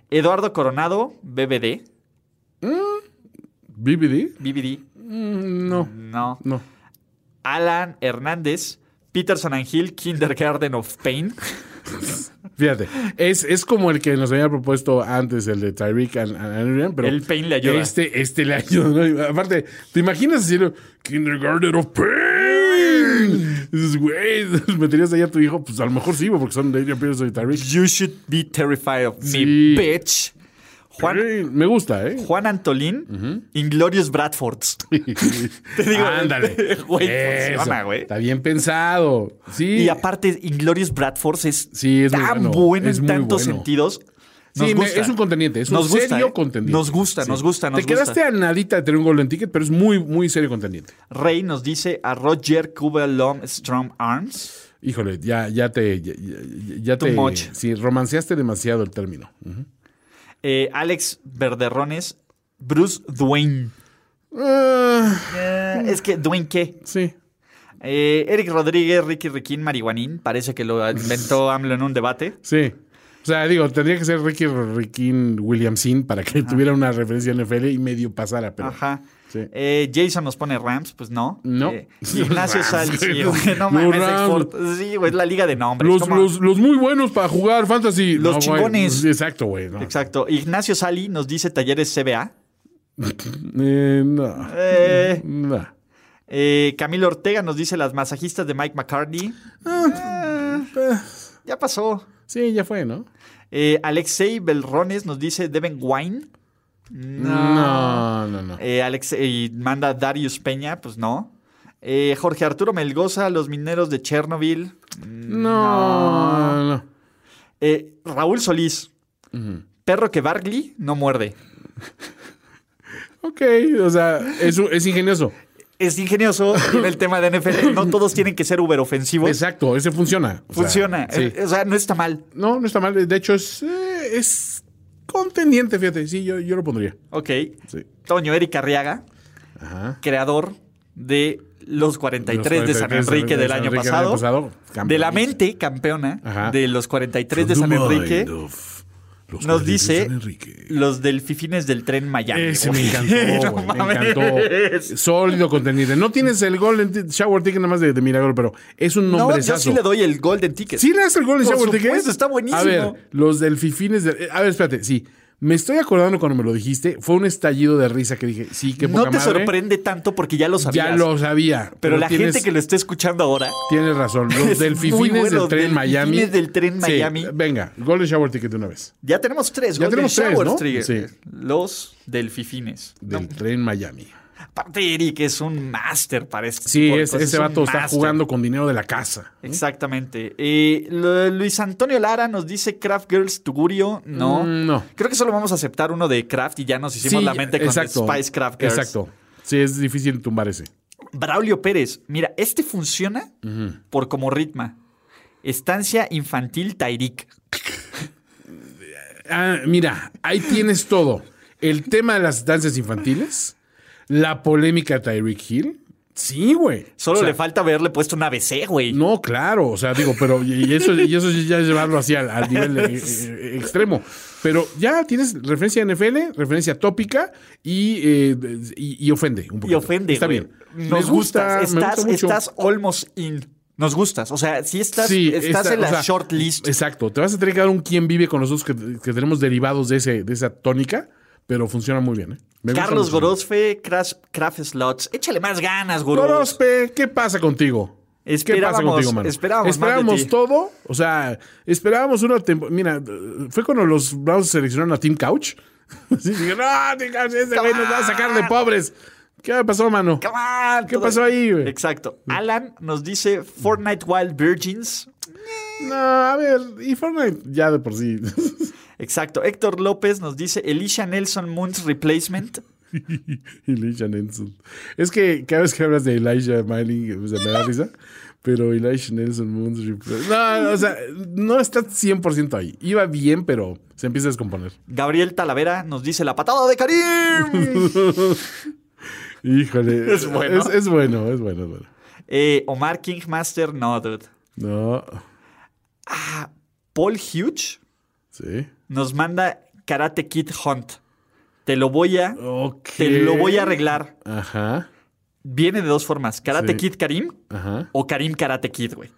Speaker 3: Eduardo Coronado, BBD,
Speaker 2: decirlo. ¿BBD?
Speaker 3: BBD,
Speaker 2: Mm, no,
Speaker 3: no.
Speaker 2: no.
Speaker 3: Alan Hernández, Peterson and Hill, Kindergarten of Pain.
Speaker 2: Fíjate, es, es como el que nos había propuesto antes, el de Tyreek and, and Adrian, pero...
Speaker 3: El Pain le ayuda.
Speaker 2: Este, este le ayuda. ¿no? Aparte, ¿te imaginas decir Kindergarten of Pain? Dices, güey, <laughs> ¿meterías ahí a tu hijo? Pues a lo mejor sí, güey, porque son de Adrian Peterson y Tyreek.
Speaker 3: You should be terrified of me,
Speaker 2: Sí.
Speaker 3: bitch. Juan,
Speaker 2: Eh, Me gusta, ¿eh?
Speaker 3: Juan Antolín, Inglorious Bradfords.
Speaker 2: <laughs> Te
Speaker 3: digo,
Speaker 2: Ándale.
Speaker 3: <laughs> güey,
Speaker 2: Eso.
Speaker 3: funciona, güey.
Speaker 2: Está bien pensado. Sí.
Speaker 3: Y aparte, Inglorious Bradfords es,
Speaker 2: Sí, es muy
Speaker 3: tan bueno,
Speaker 2: bueno. Es
Speaker 3: en
Speaker 2: muy
Speaker 3: tantos
Speaker 2: bueno.
Speaker 3: sentidos. Nos
Speaker 2: Sí, me-
Speaker 3: gusta.
Speaker 2: es un contendiente, es un
Speaker 3: Nos gusta,
Speaker 2: serio
Speaker 3: ¿eh?
Speaker 2: contendiente.
Speaker 3: Nos gusta,
Speaker 2: Sí.
Speaker 3: nos gusta, nos
Speaker 2: Te
Speaker 3: gusta.
Speaker 2: quedaste a nadita de tener un golden ticket, pero es muy, muy serio contendiente.
Speaker 3: Rey nos dice a Roger Kubelom Strong Arms.
Speaker 2: Híjole, ya, ya te. Ya, ya- ya
Speaker 3: Too
Speaker 2: te.
Speaker 3: much.
Speaker 2: Sí, romanceaste demasiado el término.
Speaker 3: eh, Alex Verderrones, Bruce Dwayne.
Speaker 2: Ah,
Speaker 3: Eh, es que, ¿Dwayne qué?
Speaker 2: sí.
Speaker 3: Eh, Eric Rodríguez, Ricky Riquín, Marihuanín. Parece que lo
Speaker 2: <laughs>
Speaker 3: inventó AMLO en un debate.
Speaker 2: Sí. O sea, digo, tendría que ser Ricky Riquín Williamson para que tuviera una referencia NFL y medio pasara, pero.
Speaker 3: Ajá.
Speaker 2: Sí.
Speaker 3: Eh, Jason nos pone Rams, pues no.
Speaker 2: No.
Speaker 3: Eh, Ignacio <laughs>
Speaker 2: Rams,
Speaker 3: Sal, sí,
Speaker 2: güey.
Speaker 3: güey, no
Speaker 2: No,
Speaker 3: mames,
Speaker 2: Rams.
Speaker 3: export- Sí, güey, es la liga de nombres.
Speaker 2: Los,
Speaker 3: ¿cómo?
Speaker 2: los, los muy buenos para jugar fantasy.
Speaker 3: Los
Speaker 2: güey.
Speaker 3: chingones.
Speaker 2: Exacto, güey. no.
Speaker 3: Exacto. Ignacio Sali nos dice talleres CBA.
Speaker 2: Eh, no.
Speaker 3: Eh,
Speaker 2: No.
Speaker 3: eh, Camilo Ortega nos dice las masajistas de Mike McCartney. Ah,
Speaker 2: Eh,
Speaker 3: Ya pasó.
Speaker 2: Sí, ya fue, ¿no?
Speaker 3: Eh, Alexei Belrones nos dice Devin Wine.
Speaker 2: No, no, no.
Speaker 3: Eh, Alex y manda Darius Peña, pues no. Eh, Jorge Arturo Melgoza, los mineros de Chernobyl.
Speaker 2: No, no.
Speaker 3: Eh, Raúl Solís. Perro que Barkley no muerde.
Speaker 2: Ok, o sea, es, es ingenioso.
Speaker 3: Es ingenioso en el tema de NFL.
Speaker 2: <laughs>
Speaker 3: No todos tienen que ser uber ofensivos.
Speaker 2: Exacto, ese funciona. O sea,
Speaker 3: Funciona.
Speaker 2: sí.
Speaker 3: Eh, O sea, no está mal.
Speaker 2: No, no está mal. De hecho, es, eh, es contendiente, fíjate. Sí, yo, yo lo pondría.
Speaker 3: Ok.
Speaker 2: Sí.
Speaker 3: Toño Eric Arriaga,
Speaker 2: Ajá.
Speaker 3: creador de los 43 de San
Speaker 2: 43
Speaker 3: Enrique del
Speaker 2: San
Speaker 3: año
Speaker 2: Enrique del
Speaker 3: pasado.
Speaker 2: pasado, campeón.
Speaker 3: De la mente campeona
Speaker 2: Ajá.
Speaker 3: de los 43 de San
Speaker 2: The mind
Speaker 3: Enrique.
Speaker 2: of los
Speaker 3: Nos
Speaker 2: padres de
Speaker 3: dice
Speaker 2: San Enrique.
Speaker 3: los delfines del tren Miami.
Speaker 2: Ese me
Speaker 3: güey. <laughs>
Speaker 2: encantó,
Speaker 3: No
Speaker 2: güey, me
Speaker 3: mames.
Speaker 2: encantó. Sólido contenido. No tienes el Golden Ti- Shower Ticket nada más de, de Milagro, pero es un
Speaker 3: No,
Speaker 2: nombre
Speaker 3: yo sí le doy el golden ticket.
Speaker 2: ¿Sí le das el Golden
Speaker 3: Por
Speaker 2: Shower Ticket?
Speaker 3: supuesto, está buenísimo.
Speaker 2: A ver, los delfifines. de- eh, A ver, espérate, sí. Me estoy acordando cuando me lo dijiste. Fue un estallido de risa que dije, sí, qué
Speaker 3: no
Speaker 2: poca
Speaker 3: te
Speaker 2: madre.
Speaker 3: sorprende tanto porque ya lo sabías.
Speaker 2: Ya lo sabía.
Speaker 3: Pero la
Speaker 2: tienes-
Speaker 3: gente que lo está escuchando ahora,
Speaker 2: Tienes razón.
Speaker 3: <laughs>
Speaker 2: Los
Speaker 3: Es muy
Speaker 2: delfifines
Speaker 3: bueno,
Speaker 2: del tren
Speaker 3: delfines
Speaker 2: Miami.
Speaker 3: del Tren
Speaker 2: Sí,
Speaker 3: Miami.
Speaker 2: venga, Golden Shower Ticket de una vez.
Speaker 3: ya tenemos tres.
Speaker 2: Ya
Speaker 3: Golden
Speaker 2: tenemos tres,
Speaker 3: Shower
Speaker 2: ¿no?
Speaker 3: Trigger.
Speaker 2: Sí.
Speaker 3: Los delfifines.
Speaker 2: Del tren Miami.
Speaker 3: Aparte, Eric es un máster para este
Speaker 2: Sí,
Speaker 3: tipo de
Speaker 2: es-
Speaker 3: cosas,
Speaker 2: ese
Speaker 3: es un
Speaker 2: vato está
Speaker 3: máster.
Speaker 2: jugando con ¿Mm? dinero de la casa.
Speaker 3: Exactamente. Eh, Lu- Luis Antonio Lara nos dice Craft Girls Tugurio. No.
Speaker 2: Mm, no.
Speaker 3: Creo que solo vamos a aceptar uno de Craft y ya nos hicimos la mente con Spice Craft Girls.
Speaker 2: Exacto. Sí, es difícil tumbar ese.
Speaker 3: Braulio Pérez, mira, este funciona por como ritma. Estancia infantil Tairik.
Speaker 2: Ah, mira, ahí tienes todo. El tema de las danzas infantiles, la polémica de Tyreek Hill, Sí, güey.
Speaker 3: Solo
Speaker 2: O sea,
Speaker 3: le falta haberle puesto un ABC, güey.
Speaker 2: No, claro, o sea, digo, pero y y eso, y eso ya es llevarlo así al, al nivel eh, eh, extremo. Pero ya tienes referencia a NFL, referencia tópica y, eh, y, y ofende un poquito.
Speaker 3: y ofende,
Speaker 2: Está
Speaker 3: güey.
Speaker 2: bien.
Speaker 3: Nos
Speaker 2: Les gusta,
Speaker 3: gustas,
Speaker 2: me
Speaker 3: estás,
Speaker 2: gusta mucho.
Speaker 3: estás almost in. Nos gustas. O sea, si estás,
Speaker 2: Sí,
Speaker 3: estás
Speaker 2: esta-
Speaker 3: en
Speaker 2: o
Speaker 3: la
Speaker 2: sea,
Speaker 3: short list.
Speaker 2: Exacto. Te vas a tener que dar un quién vive con nosotros que, que tenemos derivados de, ese, de esa tónica, pero funciona muy bien. ¿eh? Me gusta
Speaker 3: Carlos
Speaker 2: mucho.
Speaker 3: Gorosfe, Crash, Craft Slots. Échale más ganas, Goros.
Speaker 2: Gorospe, ¿qué pasa contigo? ¿Qué pasa
Speaker 3: Esperábamos-
Speaker 2: contigo, mano?
Speaker 3: esperábamos más de ti.
Speaker 2: todo. O sea, esperábamos una temporada. Mira, eh, fue cuando los Browns seleccionaron a Team Couch. <laughs> Sí, dije, no, Team Couch, este güey nos va a sacar de pobres. ¿Qué pasó, mano?
Speaker 3: Come on,
Speaker 2: ¿Qué
Speaker 3: todo-
Speaker 2: pasó ahí, güey? Mm.
Speaker 3: Exacto. Alan nos dice Fortnite Wild Virgins.
Speaker 2: No, a ver, y Fortnite ya de por sí. <laughs>
Speaker 3: Exacto. Héctor López nos dice Elisha Nelson Moon's Replacement.
Speaker 2: <laughs> Elijah Nelson. Es que cada vez que hablas de Elijah Manning, se me da risa. Pero Elijah Nelson Moons Replay- No, o sea, no está 100% ahí. Iba bien, pero se empieza a descomponer.
Speaker 3: Gabriel Talavera nos dice la patada de
Speaker 2: <laughs>
Speaker 3: Karim. <laughs>
Speaker 2: Híjole.
Speaker 3: Es bueno.
Speaker 2: Es, es bueno, es bueno, es bueno.
Speaker 3: Eh, Omar Kingmaster, no, dude.
Speaker 2: No.
Speaker 3: Paul Hughes
Speaker 2: Sí.
Speaker 3: nos manda Karate Kid Hunt. Te lo voy a.
Speaker 2: Ok.
Speaker 3: Te lo voy a arreglar.
Speaker 2: Ajá.
Speaker 3: Viene de dos formas: Karate
Speaker 2: Sí.
Speaker 3: Kid Karim
Speaker 2: Ajá.
Speaker 3: o Karim Karate Kid, güey.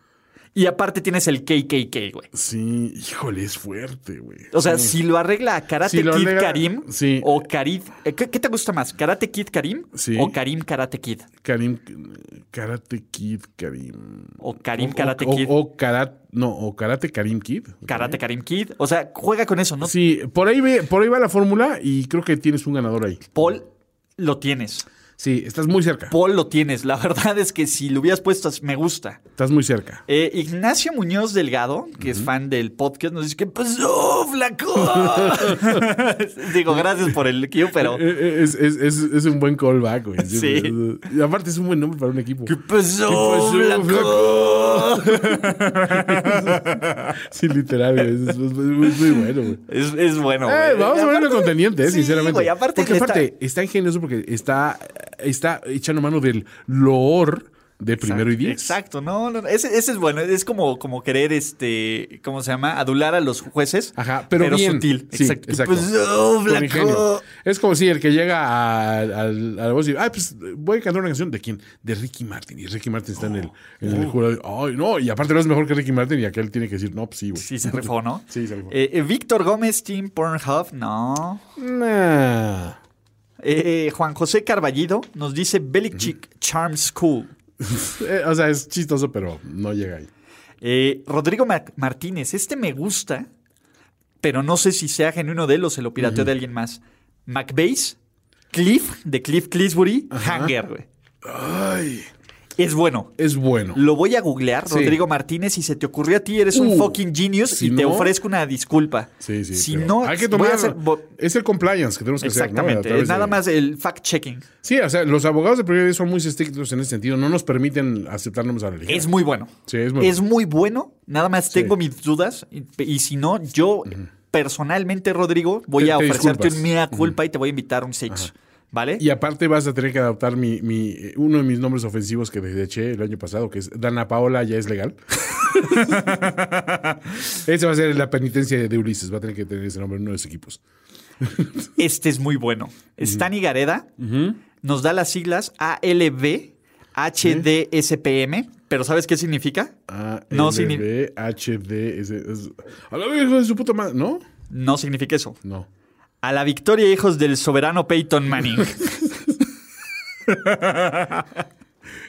Speaker 3: Y aparte tienes el KKK, güey.
Speaker 2: Sí. Híjole, es fuerte, güey.
Speaker 3: O sea, si lo arregla a Karate
Speaker 2: Si lo
Speaker 3: Kid
Speaker 2: arregla-
Speaker 3: Karim
Speaker 2: sí.
Speaker 3: o Karim. eh, ¿Qué, qué te gusta más? ¿Karate Kid Karim
Speaker 2: Sí.
Speaker 3: o Karim Karate Kid?
Speaker 2: Karim. Karate Kid, Karim.
Speaker 3: O Karim
Speaker 2: O-
Speaker 3: Karate
Speaker 2: o-
Speaker 3: Kid.
Speaker 2: O, Karate. No, o Karate Karim Kid.
Speaker 3: Karate Karim Kid. O sea, juega con eso, ¿no?
Speaker 2: Sí, por ahí, ve- por ahí va la fórmula y creo que tienes un ganador ahí.
Speaker 3: Paul, lo tienes.
Speaker 2: Sí, estás muy cerca.
Speaker 3: Paul, lo tienes. La <laughs> verdad es que si lo hubieras puesto, me gusta.
Speaker 2: Estás muy cerca.
Speaker 3: Eh, Ignacio Muñoz Delgado, que es fan del podcast, nos dice que pasó, flaco. <laughs> Digo, gracias por el cue, pero.
Speaker 2: Eh, eh, Es, es- es- es un buen callback, <laughs> güey.
Speaker 3: Sí.
Speaker 2: Y aparte es un buen nombre para un equipo.
Speaker 3: ¿Qué pasó,
Speaker 2: ¿Qué pasó,
Speaker 3: flaco?
Speaker 2: Sí, literal, güey. Es, es- es muy- muy bueno, güey.
Speaker 3: Es, es bueno.
Speaker 2: Eh,
Speaker 3: güey.
Speaker 2: vamos a
Speaker 3: Aparte-
Speaker 2: ponerlo contendiente, eh,
Speaker 3: Sí,
Speaker 2: sinceramente.
Speaker 3: güey, aparte
Speaker 2: porque
Speaker 3: le está-
Speaker 2: aparte está... ingenioso porque está, está echando mano del loor de primero y diez.
Speaker 3: Exacto, no, no, no, ese, ese es bueno, es como, como querer, este, ¿cómo se llama? Adular a los jueces,
Speaker 2: Ajá, pero, bien.
Speaker 3: sutil.
Speaker 2: Sí,
Speaker 3: exacto.
Speaker 2: exacto.
Speaker 3: Pues, oh,
Speaker 2: Con
Speaker 3: flaco.
Speaker 2: ingenio. Es como si el que llega a- al- a la voz y ay, pues voy a cantar una canción de quién? De Ricky Martin. Y Ricky Martin está en el,
Speaker 3: Oh.
Speaker 2: en el jurado. Ay, no, y aparte no es mejor que Ricky Martin y aquel tiene que decir, no, pues sí, güey.
Speaker 3: Sí, se rifó, ¿no?
Speaker 2: Sí, se rifó.
Speaker 3: Eh, eh, Víctor Gómez, Team Pornhub, no.
Speaker 2: Nah.
Speaker 3: Eh, eh, Juan José Carballido nos dice Belichick Charm School.
Speaker 2: Eh, o sea, es chistoso, pero no llega ahí.
Speaker 3: Eh, Rodrigo Ma- Martínez, este me gusta, pero no sé si sea genuino de él o se lo pirateó de alguien más. McBase, Cliff, de Cliff Clisbury, Hanger, güey.
Speaker 2: Ay,
Speaker 3: Es bueno.
Speaker 2: es bueno.
Speaker 3: Lo voy a googlear,
Speaker 2: Sí.
Speaker 3: Rodrigo Martínez. Si se te ocurrió a ti, eres un
Speaker 2: Uh,
Speaker 3: fucking genius
Speaker 2: si
Speaker 3: y te
Speaker 2: no-
Speaker 3: ofrezco una disculpa.
Speaker 2: Sí, sí.
Speaker 3: Si
Speaker 2: pero
Speaker 3: no,
Speaker 2: hay que
Speaker 3: voy
Speaker 2: tomar.
Speaker 3: a hacer bo-
Speaker 2: Es el compliance que tenemos que hacer. ¿no? A
Speaker 3: Exactamente.
Speaker 2: través
Speaker 3: es nada
Speaker 2: de-
Speaker 3: más el fact-checking.
Speaker 2: Sí, o sea, los abogados de primer son muy estrictos en ese sentido. No nos permiten aceptar nombres a la ligera.
Speaker 3: Es muy bueno.
Speaker 2: Sí, es muy
Speaker 3: bueno. Nada más tengo mis dudas. Y, y si no, yo personalmente, Rodrigo, voy
Speaker 2: Te-
Speaker 3: a
Speaker 2: te
Speaker 3: ofrecerte
Speaker 2: disculpas.
Speaker 3: un mea culpa y te voy a invitar a un six. ¿Vale?
Speaker 2: Y aparte vas a tener que adaptar mi, mi, eh, uno de mis nombres ofensivos que deseché el año pasado, que es Dana Paola, ya es
Speaker 3: <laughs>
Speaker 2: legal. <laughs> Ese va a ser la penitencia de Ulises, va a tener que tener ese nombre en uno de sus equipos.
Speaker 3: Este es muy bueno. Stani Gareda nos da las siglas ALB HDSPM. ¿Pero sabes qué significa?
Speaker 2: A
Speaker 3: No,
Speaker 2: no,
Speaker 3: sí, ni-
Speaker 2: B, Ah, H, D, S, S- A la vieja de su puta madre, ¿no?
Speaker 3: No significa eso.
Speaker 2: No.
Speaker 3: A la victoria, hijos del soberano Peyton Manning.
Speaker 2: <laughs>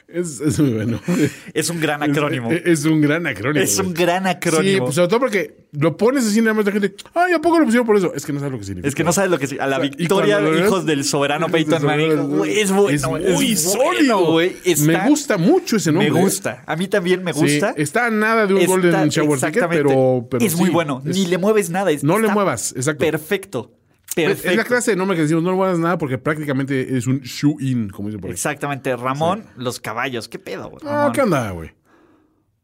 Speaker 2: Es, es muy bueno.
Speaker 3: es un gran acrónimo.
Speaker 2: <laughs> Es, es un gran acrónimo.
Speaker 3: Es un gran
Speaker 2: Sí,
Speaker 3: acrónimo.
Speaker 2: pues, sobre todo porque lo pones así nada más la gente, ay, ¿a poco lo pusieron por eso? Es que no sabes lo que significa.
Speaker 3: es que no sabes lo que sí. A la
Speaker 2: Y
Speaker 3: victoria,
Speaker 2: cuando lo ves-
Speaker 3: hijos del soberano
Speaker 2: Hijos del
Speaker 3: Ah, Peyton
Speaker 2: soberano,
Speaker 3: Manning. Güey, Es bueno.
Speaker 2: es muy
Speaker 3: es bueno,
Speaker 2: sólido.
Speaker 3: güey. Está-
Speaker 2: Me gusta mucho ese nombre.
Speaker 3: Me gusta. A mí también me
Speaker 2: Sí,
Speaker 3: gusta.
Speaker 2: está a nada de un
Speaker 3: Está-
Speaker 2: Golden Shower Ticket,
Speaker 3: exactamente.
Speaker 2: pero, pero
Speaker 3: es muy
Speaker 2: sí,
Speaker 3: bueno.
Speaker 2: es-
Speaker 3: Ni le mueves nada. Es-
Speaker 2: No le
Speaker 3: está
Speaker 2: muevas, exacto.
Speaker 3: Perfecto.
Speaker 2: es
Speaker 3: Perfecto.
Speaker 2: la clase de nombre que decimos, no le guardas nada porque prácticamente es un shoe-in, como dicen por ahí.
Speaker 3: Exactamente. Ramón, los caballos. ¿Qué pedo, güey?
Speaker 2: Ah,
Speaker 3: Ramón?
Speaker 2: ¿qué onda, güey?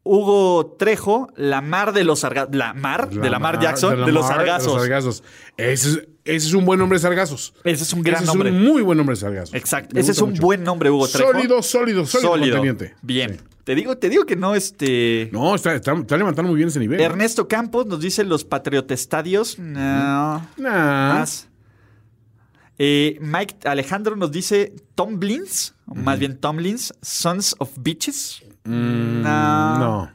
Speaker 3: Hugo Trejo, la mar de los sargazos. La mar, de la mar Jackson, de, los
Speaker 2: Lamar,
Speaker 3: sargazos.
Speaker 2: los sargazos. Ese, es, ese es un buen hombre de sargazos.
Speaker 3: Ese es un gran
Speaker 2: Ese
Speaker 3: nombre.
Speaker 2: Es un muy buen hombre de sargazos.
Speaker 3: Exacto.
Speaker 2: Me
Speaker 3: Ese es
Speaker 2: gusta
Speaker 3: un
Speaker 2: mucho.
Speaker 3: buen nombre, Hugo Trejo.
Speaker 2: Sólido, sólido, sólido, conteniente.
Speaker 3: Bien.
Speaker 2: Sí.
Speaker 3: Te digo, te digo que no, este.
Speaker 2: No, está, está- está levantando muy bien ese nivel.
Speaker 3: Ernesto Campos nos dice los patriotestadios.
Speaker 2: Ah.
Speaker 3: No.
Speaker 2: Nah.
Speaker 3: Más. Eh, Mike Alejandro nos dice Tomblins, o más bien Tomlins, Sons of Bitches. no.
Speaker 2: Mm, No.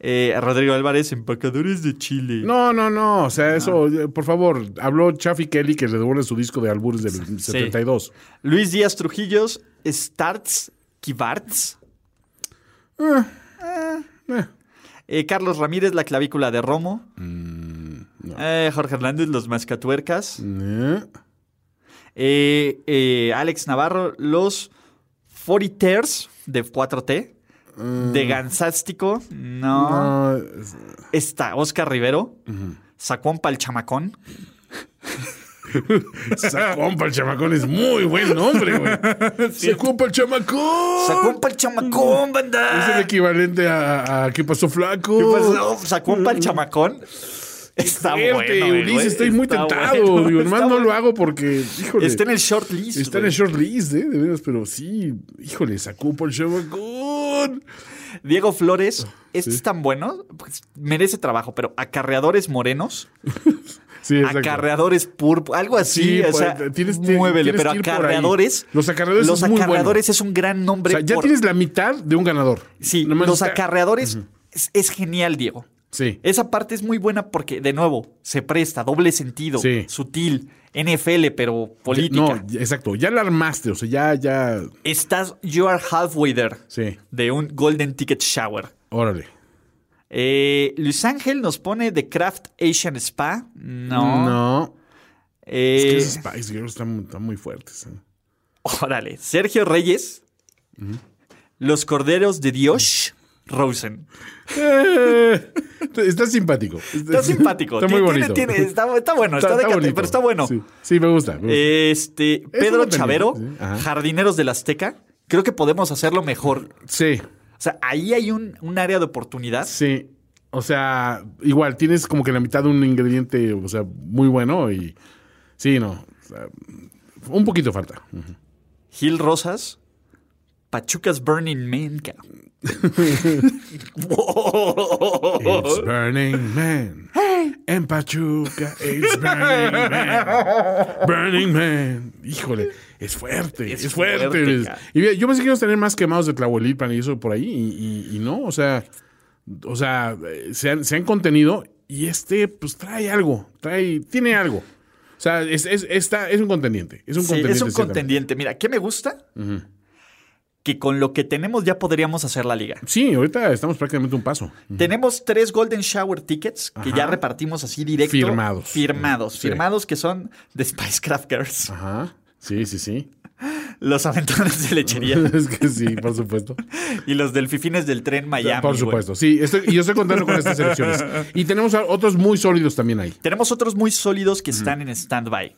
Speaker 3: Eh, Rodrigo Álvarez, empacadores de Chile.
Speaker 2: No, no, no. O sea, eso,
Speaker 3: Ah.
Speaker 2: eh, por favor, habló Chaffy Kelly que le devuelve su disco de albures del 72.
Speaker 3: Luis Díaz Trujillos, Starts Kivarts.
Speaker 2: Eh,
Speaker 3: Ah, Eh, Carlos Ramírez, La clavícula de Romo.
Speaker 2: Mm,
Speaker 3: Eh, Jorge Hernández, Los mascatuercas.
Speaker 2: eh.
Speaker 3: Eh, eh, Alex Navarro, los 40 de 4T. De Gansástico, no.
Speaker 2: Mm. No, es-
Speaker 3: Está Oscar Rivero. Sacuón pa'l chamacón.
Speaker 2: Sacón para el chamacón es muy buen nombre,
Speaker 3: <laughs>
Speaker 2: güey. Sacón para el chamacón.
Speaker 3: Sacuón pa'l chamacón,
Speaker 2: ¡Oh! Es el
Speaker 3: banda.
Speaker 2: equivalente a, a ¿Qué pasó, flaco?
Speaker 3: Ah. ¿Qué pasó? Sacuón pa'l chamacón. Está
Speaker 2: Fuerte,
Speaker 3: bueno.
Speaker 2: Ulises,
Speaker 3: güey.
Speaker 2: estoy muy
Speaker 3: Está
Speaker 2: tentado.
Speaker 3: bueno,
Speaker 2: Digo,
Speaker 3: <laughs> está
Speaker 2: hermano, no
Speaker 3: bueno.
Speaker 2: lo hago porque, híjole.
Speaker 3: Está en el short list.
Speaker 2: Está en
Speaker 3: güey.
Speaker 2: el short list, ¿eh? De veras, pero sí, híjole, sacó por el chamacón.
Speaker 3: Diego
Speaker 2: Ah,
Speaker 3: Flores, este es tan bueno, pues, merece trabajo, pero acarreadores morenos,
Speaker 2: Sí, exacto.
Speaker 3: acarreadores púrpura, algo así,
Speaker 2: Sí,
Speaker 3: o
Speaker 2: pues,
Speaker 3: sea,
Speaker 2: tienes- tienes-
Speaker 3: muévele,
Speaker 2: tienes
Speaker 3: pero
Speaker 2: que ir por ahí.
Speaker 3: acarreadores.
Speaker 2: Los acarreadores
Speaker 3: los
Speaker 2: es muy bueno.
Speaker 3: acarreadores es un gran
Speaker 2: O
Speaker 3: nombre.
Speaker 2: sea, ya
Speaker 3: por-
Speaker 2: tienes la mitad de un ganador.
Speaker 3: Sí,
Speaker 2: Nomás
Speaker 3: los
Speaker 2: está-
Speaker 3: acarreadores es, es genial, Diego.
Speaker 2: Sí.
Speaker 3: Esa parte es muy buena porque, de nuevo, se presta, doble sentido,
Speaker 2: Sí.
Speaker 3: sutil, NFL, pero política.
Speaker 2: No, ya- exacto. Ya la armaste, o sea, ya, ya.
Speaker 3: Estás, you are halfway there,
Speaker 2: Sí,
Speaker 3: de un Golden Ticket Shower.
Speaker 2: órale.
Speaker 3: Eh, Luis Ángel nos pone The Craft Asian Spa. No.
Speaker 2: No.
Speaker 3: Eh,
Speaker 2: Es que esos Spice Girls están, están muy fuertes. ¿eh?
Speaker 3: Órale. Sergio Reyes. Los Corderos de Dios.
Speaker 2: <laughs>
Speaker 3: Rosen.
Speaker 2: Eh, está simpático.
Speaker 3: Está simpático.
Speaker 2: Está muy
Speaker 3: Tiene- tiene-
Speaker 2: bonito.
Speaker 3: tiene- está, está bueno, está, decadente,
Speaker 2: bonito.
Speaker 3: pero está bueno.
Speaker 2: Sí, sí, me gusta. me gusta.
Speaker 3: Este, Pedro
Speaker 2: lo tenía,
Speaker 3: Chavero,
Speaker 2: sí. Ajá.
Speaker 3: Jardineros del Azteca. Creo que podemos hacerlo mejor.
Speaker 2: sí,
Speaker 3: O sea, ahí hay un, un área de oportunidad.
Speaker 2: sí. O sea, igual tienes como que la mitad de un ingrediente, o sea, muy bueno y. Sí, no. o sea, un poquito falta.
Speaker 3: Gil Rosas, Pachuca's Burning Man. ca-
Speaker 2: It's Burning Man. En Pachuca, it's Burning Man. Burning Man. Híjole, es fuerte, es,
Speaker 3: Es
Speaker 2: fuerte.
Speaker 3: fuerte,
Speaker 2: Luis.
Speaker 3: cara.
Speaker 2: y mira, yo pensé que íbamos a tener más quemados de Tlahuelipan y eso por ahí, y, y- y no, o sea, o sea, eh, se han, se han contenido y este, pues trae algo, trae, tiene algo. O sea, es, es, está- es un contendiente. Es un
Speaker 3: Sí,
Speaker 2: contendiente.
Speaker 3: es un
Speaker 2: ciertamente.
Speaker 3: contendiente. Mira, ¿qué me gusta? Que con lo que tenemos ya podríamos hacer la liga.
Speaker 2: Sí, ahorita estamos prácticamente un paso.
Speaker 3: Tenemos tres Golden Shower tickets que
Speaker 2: Ajá.
Speaker 3: ya repartimos así directo.
Speaker 2: Firmados.
Speaker 3: Firmados.
Speaker 2: Sí. Ah.
Speaker 3: Firmados que son de Spice Craft Girls.
Speaker 2: Ajá. Sí, sí, sí. <laughs>
Speaker 3: Los aventones de lechería
Speaker 2: es que sí, por supuesto.
Speaker 3: y los delfines del tren Miami.
Speaker 2: Por
Speaker 3: güey.
Speaker 2: supuesto, sí. estoy- y yo estoy contando con estas elecciones.
Speaker 3: <laughs>
Speaker 2: Y tenemos a- otros muy sólidos también ahí.
Speaker 3: Tenemos otros muy sólidos que están en stand-by.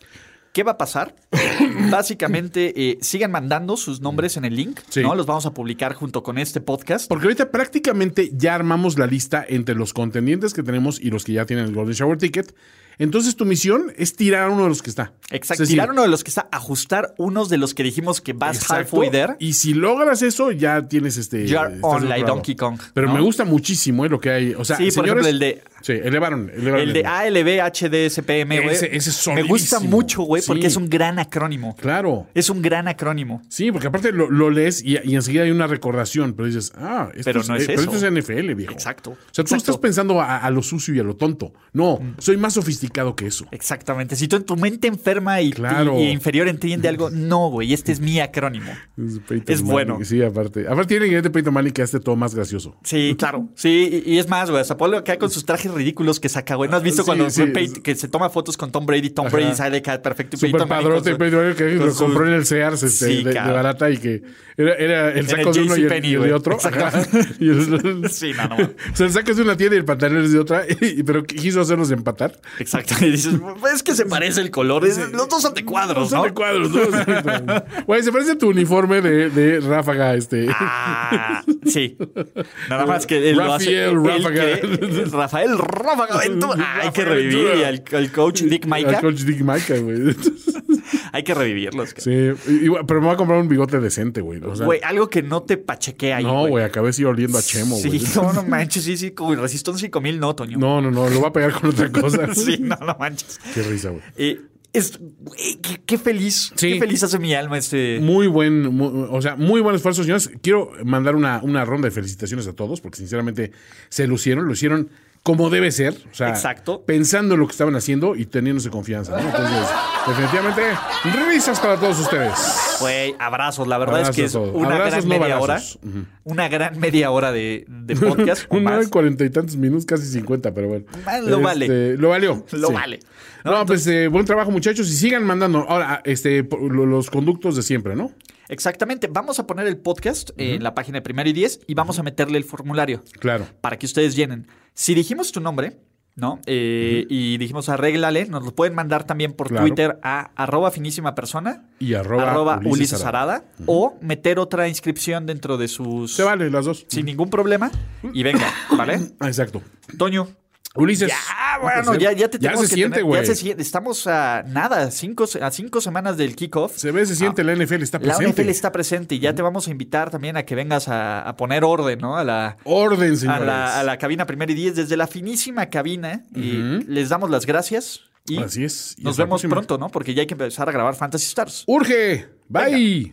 Speaker 3: ¿Qué va a pasar?
Speaker 2: <coughs>
Speaker 3: Básicamente, eh, sigan mandando sus nombres en el link,
Speaker 2: Sí.
Speaker 3: ¿no? Los vamos a publicar junto con este podcast.
Speaker 2: Porque ahorita prácticamente ya armamos la lista entre los contendientes que tenemos y los que ya tienen el Golden Shower Ticket. Entonces tu misión es tirar a uno de los que está.
Speaker 3: Exacto.
Speaker 2: Es decir,
Speaker 3: Tirar uno de los que está, ajustar unos de los que dijimos que vas
Speaker 2: exacto,
Speaker 3: halfway there.
Speaker 2: Y si logras eso, ya tienes este.
Speaker 3: You're
Speaker 2: estás
Speaker 3: on
Speaker 2: del
Speaker 3: like
Speaker 2: otro lado.
Speaker 3: Donkey Kong,
Speaker 2: Pero
Speaker 3: ¿no?
Speaker 2: me gusta muchísimo eh, lo que hay. O sea,
Speaker 3: Sí, por
Speaker 2: señores-
Speaker 3: ejemplo, el de-
Speaker 2: Sí, elevaron. elevaron
Speaker 3: El de ALB, HD, SPM, güey.
Speaker 2: Ese- ese es
Speaker 3: Me gusta
Speaker 2: solidísimo.
Speaker 3: mucho, güey, porque
Speaker 2: Sí.
Speaker 3: es un gran acrónimo.
Speaker 2: Claro.
Speaker 3: Es un gran acrónimo.
Speaker 2: Sí, porque aparte lo, lo lees y, y enseguida hay una recordación, pero dices, ah, esto,
Speaker 3: Pero
Speaker 2: es,
Speaker 3: no es
Speaker 2: eh, pero
Speaker 3: eso.
Speaker 2: esto es NFL, viejo.
Speaker 3: Exacto.
Speaker 2: O sea, tú
Speaker 3: Exacto. Mm.
Speaker 2: estás pensando a, a lo sucio y a lo tonto. No, soy más sofisticado que eso.
Speaker 3: Exactamente. Si tú en tu mente enferma y,
Speaker 2: Claro.
Speaker 3: y- y inferior entiende algo, no, güey, este es mi acrónimo.
Speaker 2: Es,
Speaker 3: Es bueno. Manning.
Speaker 2: Sí, aparte. Aparte tiene que de Peyton Manning que hace todo más gracioso.
Speaker 3: Sí, claro. Sí, y, y es más, güey. hasta Pablo acá con sus trajes ridículos que saca, güey. ¿No has visto
Speaker 2: Sí,
Speaker 3: cuando
Speaker 2: sí,
Speaker 3: Pey-
Speaker 2: es-
Speaker 3: que se toma fotos con Tom Brady? Tom
Speaker 2: Ajá.
Speaker 3: Brady sale acá perfecto. y
Speaker 2: Super
Speaker 3: Peyton Manning con
Speaker 2: padrote
Speaker 3: su-
Speaker 2: Peyton Manning que
Speaker 3: con
Speaker 2: lo
Speaker 3: su-
Speaker 2: compró en el Sears este,
Speaker 3: Sí,
Speaker 2: de, de
Speaker 3: cabrón.
Speaker 2: barata y que era, era el saco
Speaker 3: el
Speaker 2: de uno y el,
Speaker 3: JCPenney,
Speaker 2: y el de
Speaker 3: güey.
Speaker 2: otro. Ajá. Y
Speaker 3: <laughs>
Speaker 2: el-
Speaker 3: Sí, no, no.
Speaker 2: <laughs> O sea, el saco es de una tienda y el pantalón es de otra, y- pero quiso hacernos empatar.
Speaker 3: Exacto. <laughs> Y dices, "Pues es que se parece el color. es- los dos son de cuadros,
Speaker 2: Son
Speaker 3: ¿no?
Speaker 2: de cuadros,
Speaker 3: <laughs>
Speaker 2: ¿no? Exacto. Güey, se parece a tu uniforme de, de Ráfaga, este.
Speaker 3: Ah, sí. Nada más que él lo hace.
Speaker 2: Rafael
Speaker 3: él
Speaker 2: Ráfaga.
Speaker 3: cree- Rafael Ráfaga Ventura. Ah, hay que revivir y al, al coach Dick
Speaker 2: Al
Speaker 3: Maica.
Speaker 2: coach Dick Maica, güey.
Speaker 3: Hay que revivirlos. cabrón.
Speaker 2: Sí. Y- y- pero me voy a comprar un bigote decente, güey. O sea,
Speaker 3: Güey, algo que no te pachequea ahí.
Speaker 2: no, güey, acabé sí oliendo a Chemo, güey.
Speaker 3: Sí, no, no manches. Sí, sí, con Resistón 5000 no, Toño.
Speaker 2: No, no, no, lo va a pegar con otra cosa.
Speaker 3: <laughs> Sí, no, no manches.
Speaker 2: Qué risa, güey.
Speaker 3: Eh, es, güey, qué, qué feliz.
Speaker 2: Sí.
Speaker 3: Qué feliz hace mi alma este.
Speaker 2: Muy buen, mu- o sea, muy buen esfuerzo, señores. Quiero mandar una, una ronda de felicitaciones a todos, porque sinceramente se lucieron, lo hicieron como debe ser. O sea,
Speaker 3: Exacto.
Speaker 2: pensando en lo que estaban haciendo y teniéndose confianza, ¿no? Entonces, definitivamente, risas para todos ustedes.
Speaker 3: Güey, abrazos. La verdad
Speaker 2: Abrazos
Speaker 3: es que es
Speaker 2: a todos.
Speaker 3: una
Speaker 2: Abrazos,
Speaker 3: gran
Speaker 2: no
Speaker 3: media hora.
Speaker 2: balazos.
Speaker 3: Una gran media hora de,
Speaker 2: <laughs>
Speaker 3: de podcast. o
Speaker 2: Una hora
Speaker 3: más.
Speaker 2: y cuarenta y tantos minutos, casi cincuenta, pero bueno. Este,
Speaker 3: Ah, lo vale.
Speaker 2: Lo valió.
Speaker 3: <laughs> Lo
Speaker 2: sí.
Speaker 3: vale.
Speaker 2: No, pues eh, buen trabajo, muchachos. Y sigan mandando. Ahora, este, por- lo- los conductos de siempre, ¿no?
Speaker 3: Exactamente. Vamos a poner el podcast en la página de Primero y Diez y vamos a meterle el formulario
Speaker 2: Claro.
Speaker 3: para que ustedes llenen. Si dijimos tu nombre, ¿no? Eh, Y dijimos arréglale, nos lo pueden mandar también por
Speaker 2: Claro.
Speaker 3: Twitter a arroba finísima persona,
Speaker 2: Y arroba,
Speaker 3: arroba Ulises,
Speaker 2: Arada.
Speaker 3: Arada, o meter otra inscripción dentro de sus...
Speaker 2: Se vale, las dos.
Speaker 3: Sin ningún problema. Y venga,
Speaker 2: <laughs>
Speaker 3: ¿vale?
Speaker 2: Ah, Exacto.
Speaker 3: Toño.
Speaker 2: Ulises.
Speaker 3: Ah, bueno, ya, ya te
Speaker 2: Ya
Speaker 3: tenemos que
Speaker 2: se siente,
Speaker 3: tener-
Speaker 2: güey.
Speaker 3: ya se siente. Estamos a nada, cinco, a cinco semanas del kickoff.
Speaker 2: Se ve, se siente, la NFL está
Speaker 3: Ah, La
Speaker 2: presente.
Speaker 3: NFL está presente y ya te vamos a invitar también a que vengas a, a poner orden, ¿no? A la,
Speaker 2: Orden,
Speaker 3: a
Speaker 2: señores.
Speaker 3: la, a la cabina primera y diez, desde la finísima cabina. Y les damos las gracias y
Speaker 2: Así es. Y
Speaker 3: nos
Speaker 2: hasta la
Speaker 3: vemos
Speaker 2: próxima.
Speaker 3: pronto, ¿no? Porque ya hay que empezar a grabar Fantasy Stars.
Speaker 2: Urge. Bye.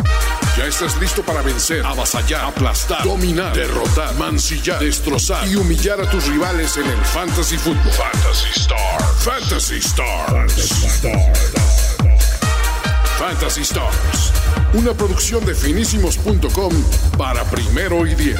Speaker 1: Ya estás listo para vencer, avasallar, aplastar, dominar, derrotar, mancillar, destrozar y humillar a tus rivales en el Fantasy Football. Fantasy Star. Fantasy Stars. Fantasy Stars. Una producción de finísimos.com para primero y diez.